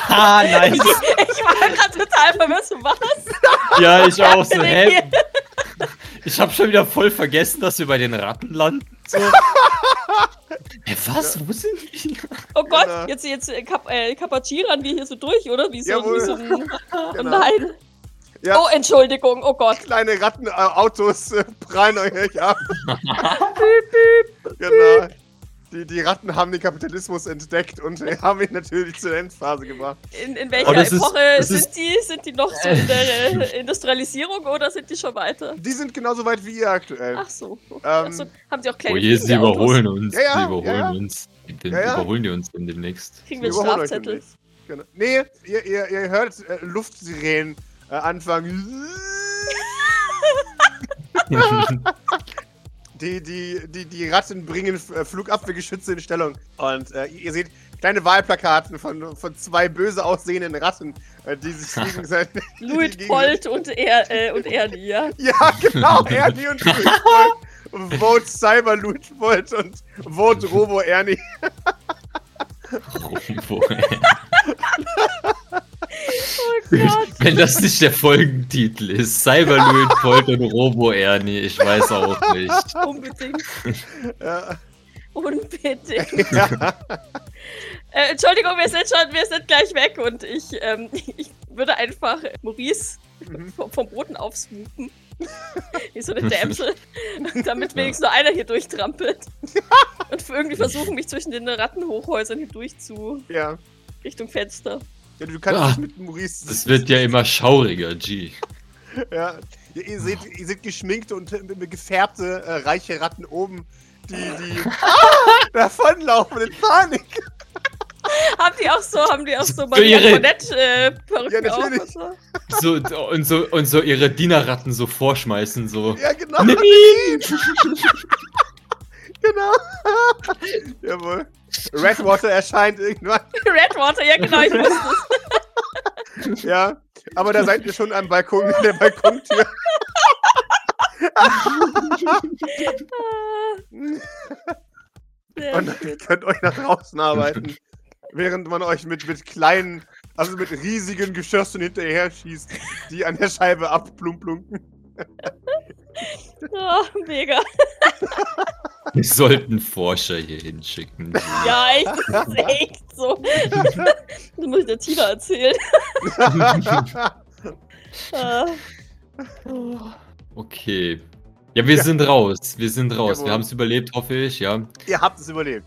[SPEAKER 6] Ah, nein!
[SPEAKER 4] Ich war gerade total verwirrt. So, Was?
[SPEAKER 6] <laughs> ja, ich
[SPEAKER 3] <laughs>
[SPEAKER 6] auch so.
[SPEAKER 4] denn
[SPEAKER 6] Hä?
[SPEAKER 4] hier?
[SPEAKER 6] Ich habe schon wieder voll vergessen, dass wir bei den Ratten landen. So. Hä, was? Wo sind wir?
[SPEAKER 4] Oh Gott,
[SPEAKER 3] Genau.
[SPEAKER 4] jetzt, jetzt äh, kap äh, kapazieren wir hier so durch, oder? Wie so, wie
[SPEAKER 3] Jawohl. <laughs>
[SPEAKER 4] so ein, Oh
[SPEAKER 3] Genau.
[SPEAKER 4] nein.
[SPEAKER 3] Ja.
[SPEAKER 4] Oh, Entschuldigung, oh Gott.
[SPEAKER 3] Kleine Rattenautos äh, prallen euch ab. genau. Die, die Ratten haben den Kapitalismus entdeckt und äh, haben ihn natürlich zur Endphase gebracht.
[SPEAKER 4] In, in
[SPEAKER 6] Oh,
[SPEAKER 4] welcher
[SPEAKER 6] das ist-
[SPEAKER 4] Epoche
[SPEAKER 6] das
[SPEAKER 4] sind
[SPEAKER 6] ist-
[SPEAKER 4] die? Sind die noch so in der äh, Industrialisierung oder sind die schon weiter?
[SPEAKER 3] Die sind genauso weit wie ihr aktuell.
[SPEAKER 4] Ach so.
[SPEAKER 3] Ähm,
[SPEAKER 4] Ach so. Haben die auch
[SPEAKER 6] Oh
[SPEAKER 4] kleine
[SPEAKER 6] je, sie
[SPEAKER 4] Kinderautos?
[SPEAKER 6] überholen uns.
[SPEAKER 3] Ja, ja,
[SPEAKER 6] sie überholen
[SPEAKER 3] ja, ja.
[SPEAKER 6] uns. Den,
[SPEAKER 3] Ja, ja.
[SPEAKER 6] Überholen die uns dann demnächst.
[SPEAKER 4] Kriegen wir einen
[SPEAKER 3] Sie überholen euch
[SPEAKER 4] Strafzettel.
[SPEAKER 3] demnächst. Genau. Nee, ihr, ihr, ihr hört äh, Luftsirenen äh, anfangen.
[SPEAKER 6] <laughs>
[SPEAKER 3] Die, die, die, die Ratten bringen F- äh, Flugabwehrgeschütze in Stellung. Und äh, ihr seht kleine Wahlplakaten von, von zwei böse aussehenden Ratten, äh, die
[SPEAKER 6] <laughs>
[SPEAKER 3] sich gegenseitig. <laughs> die
[SPEAKER 4] Louis
[SPEAKER 3] gegenseitig-
[SPEAKER 4] Bolt und, er, äh, und Ernie, ja.
[SPEAKER 3] Ja,
[SPEAKER 6] <laughs>
[SPEAKER 3] genau, Ernie und Luitpold. Vote Cyber Luitpold und Vote Robo Ernie.
[SPEAKER 6] Robo,
[SPEAKER 3] <laughs>
[SPEAKER 4] Oh Gott.
[SPEAKER 6] Wenn das nicht der Folgentitel ist. Cyberluid, Volt und Robo Ernie, ich weiß auch nicht.
[SPEAKER 4] Unbedingt.
[SPEAKER 3] Ja, <laughs>
[SPEAKER 4] Unbedingt.
[SPEAKER 3] ja.
[SPEAKER 4] Äh, Entschuldigung, wir sind schon, wir sind gleich weg und ich, ähm, ich würde einfach Maurice
[SPEAKER 3] Mhm.
[SPEAKER 4] vom, vom Boden aufswoopen. <laughs> Wie so eine Dämsel.
[SPEAKER 3] <laughs>
[SPEAKER 4] Damit wenigstens nur einer hier durchtrampelt. Und irgendwie versuchen, mich zwischen den Rattenhochhäusern hindurch zu
[SPEAKER 3] ja.
[SPEAKER 4] Richtung Fenster.
[SPEAKER 3] ja du kannst
[SPEAKER 6] Ah.
[SPEAKER 3] dich mit Maurice.
[SPEAKER 6] Das wird ja immer schauriger, G.
[SPEAKER 3] Ja, Ja, ihr seht, ihr seht geschminkte und äh, mit- mit gefärbte äh, reiche Ratten <laughs> oben, die, die ah, davonlaufen in Panik.
[SPEAKER 4] haben die auch so, haben die auch so
[SPEAKER 6] So ihre-
[SPEAKER 3] Ja,
[SPEAKER 4] Marionette-Perücken ja, äh, auf
[SPEAKER 3] natürlich.
[SPEAKER 4] und so? <laughs>
[SPEAKER 6] So, und, so, und so ihre Dienerratten so vorschmeißen, so.
[SPEAKER 3] Ja, genau. <laughs>
[SPEAKER 6] Nimm
[SPEAKER 3] genau. <laughs> Jawohl. Redwater erscheint irgendwann.
[SPEAKER 4] Redwater, ja genau, ich wusste
[SPEAKER 3] <laughs>
[SPEAKER 4] es.
[SPEAKER 3] Ja, aber da seid ihr schon am Balkon, <laughs> an der Balkontür.
[SPEAKER 4] Ah, sehr
[SPEAKER 3] Und
[SPEAKER 4] gut.
[SPEAKER 3] könnt euch nach draußen arbeiten. Während man euch mit, mit kleinen, also mit riesigen Geschossen hinterher schießt, die an der Scheibe <laughs> abplumplunken.
[SPEAKER 4] Ah, mega.
[SPEAKER 6] Wir sollten Forscher hier hinschicken. die-
[SPEAKER 4] Ja, echt, das ist echt so. <laughs> Das muss ich der Tina erzählen. Ah.
[SPEAKER 6] Okay. Ja, wir sind raus. Wir sind raus.
[SPEAKER 3] Jawohl.
[SPEAKER 6] Wir haben es überlebt, hoffe ich, ja.
[SPEAKER 3] ihr habt es überlebt.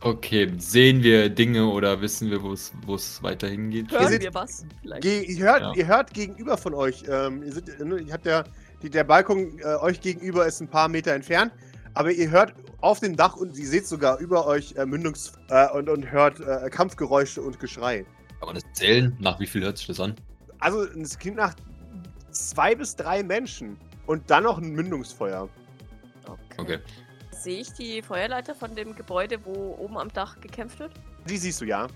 [SPEAKER 6] Okay, sehen wir Dinge oder wissen wir, wo es- wo es weiter hingeht?
[SPEAKER 3] Ihr
[SPEAKER 4] Hören
[SPEAKER 3] seht-
[SPEAKER 4] wir was? Vielleicht.
[SPEAKER 3] Ge ihr, hört,
[SPEAKER 6] Ja.
[SPEAKER 3] ihr hört gegenüber von euch, ähm, ihr, seht, ne, ihr habt ja, die, der Balkon äh, euch gegenüber ist ein paar Meter entfernt, aber ihr hört auf dem Dach und ihr seht sogar über euch äh, Mündungs- äh, und, und hört äh, Kampfgeräusche und Geschrei.
[SPEAKER 6] Kann man das zählen? Nach wie viel hört sich das an?
[SPEAKER 3] Also, es klingt nach zwei bis drei Menschen und dann noch ein Mündungsfeuer.
[SPEAKER 6] Okay.
[SPEAKER 4] Sehe ich die Feuerleiter von dem Gebäude, wo oben am Dach gekämpft wird?
[SPEAKER 3] Die siehst du ja.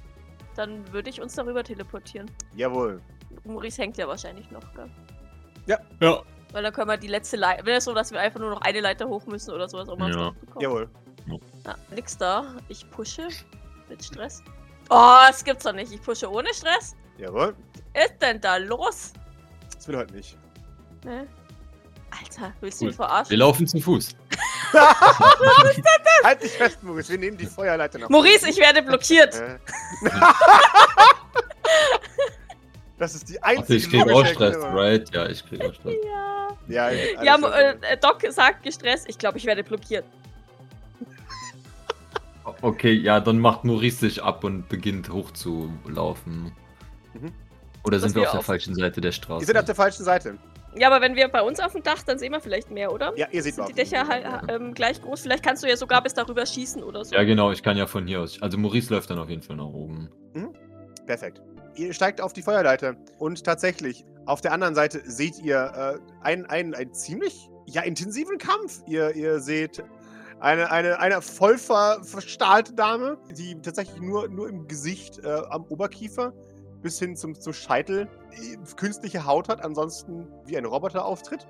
[SPEAKER 4] Dann würde ich uns darüber teleportieren.
[SPEAKER 3] Jawohl.
[SPEAKER 4] Maurice hängt ja wahrscheinlich noch, gell?
[SPEAKER 6] Ja.
[SPEAKER 4] Weil dann können wir die letzte Leiter. Wenn es so, dass wir einfach nur noch eine Leiter hoch müssen oder sowas, um aufs
[SPEAKER 6] Ja.
[SPEAKER 4] Dach zu kommen.
[SPEAKER 3] Jawohl.
[SPEAKER 4] Ja, nix da. Ich pushe mit Stress. Oh, das gibt's doch nicht. Ich pushe ohne Stress.
[SPEAKER 3] Jawohl.
[SPEAKER 4] Was Ist denn da los?
[SPEAKER 3] Das will heute nicht.
[SPEAKER 4] Ne? Alter, willst du
[SPEAKER 6] Cool.
[SPEAKER 4] mich verarschen?
[SPEAKER 6] Wir laufen zu Fuß.
[SPEAKER 3] halt dich fest, Maurice. Wir nehmen die Feuerleiter nach.
[SPEAKER 4] Maurice, ich werde blockiert. <laughs>
[SPEAKER 3] Äh. das ist die einzige
[SPEAKER 6] Warte, ich krieg auch
[SPEAKER 3] logische
[SPEAKER 6] Stress,
[SPEAKER 3] Erklärung.
[SPEAKER 6] right? Ja, ich krieg auch Stress.
[SPEAKER 4] Ja.
[SPEAKER 3] Ja, ihr kriegt
[SPEAKER 4] Ja,
[SPEAKER 3] alles
[SPEAKER 4] Mo-
[SPEAKER 3] Stress.
[SPEAKER 4] äh, Doc sagt gestresst. Ich glaube, ich werde blockiert.
[SPEAKER 6] Okay, ja, dann macht Maurice sich ab und beginnt hochzulaufen.
[SPEAKER 3] Mhm.
[SPEAKER 6] Oder
[SPEAKER 4] Was
[SPEAKER 6] sind wir
[SPEAKER 4] wir
[SPEAKER 6] auf der
[SPEAKER 4] auf-
[SPEAKER 6] falschen Seite der Straße?
[SPEAKER 3] Ihr seid auf der falschen Seite.
[SPEAKER 4] Ja, aber wenn wir bei uns auf dem Dach, dann sehen wir vielleicht mehr, oder?
[SPEAKER 3] Ja, ihr seht
[SPEAKER 4] Sind
[SPEAKER 3] mal.
[SPEAKER 4] die Dächer halt, ähm, gleich groß? Vielleicht kannst du ja sogar bis darüber schießen oder so.
[SPEAKER 6] ja, genau, ich kann ja von hier aus. Also Maurice läuft dann auf jeden Fall nach oben.
[SPEAKER 3] Perfekt. Ihr steigt auf die Feuerleiter und tatsächlich auf der anderen Seite seht ihr äh, einen, einen, einen ziemlich ja, intensiven Kampf. Ihr, ihr seht eine, eine, eine voll ver, verstahlte Dame, die tatsächlich nur, nur im Gesicht äh, am Oberkiefer bis hin zum, zum Scheitel äh, künstliche Haut hat, ansonsten wie ein Roboter auftritt.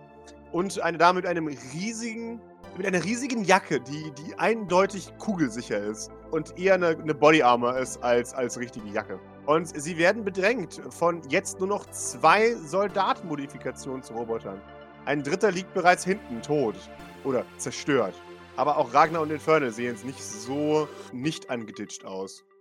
[SPEAKER 3] Und eine Dame mit einem riesigen, mit einer riesigen Jacke, die, die eindeutig kugelsicher ist und eher eine, eine Body Armor ist als, als richtige Jacke. Und sie werden bedrängt von jetzt nur noch zwei Soldatmodifikationsrobotern. Ein dritter liegt bereits hinten tot oder zerstört. Aber auch Ragnar und Infernal sehen jetzt nicht so nicht angeditscht aus.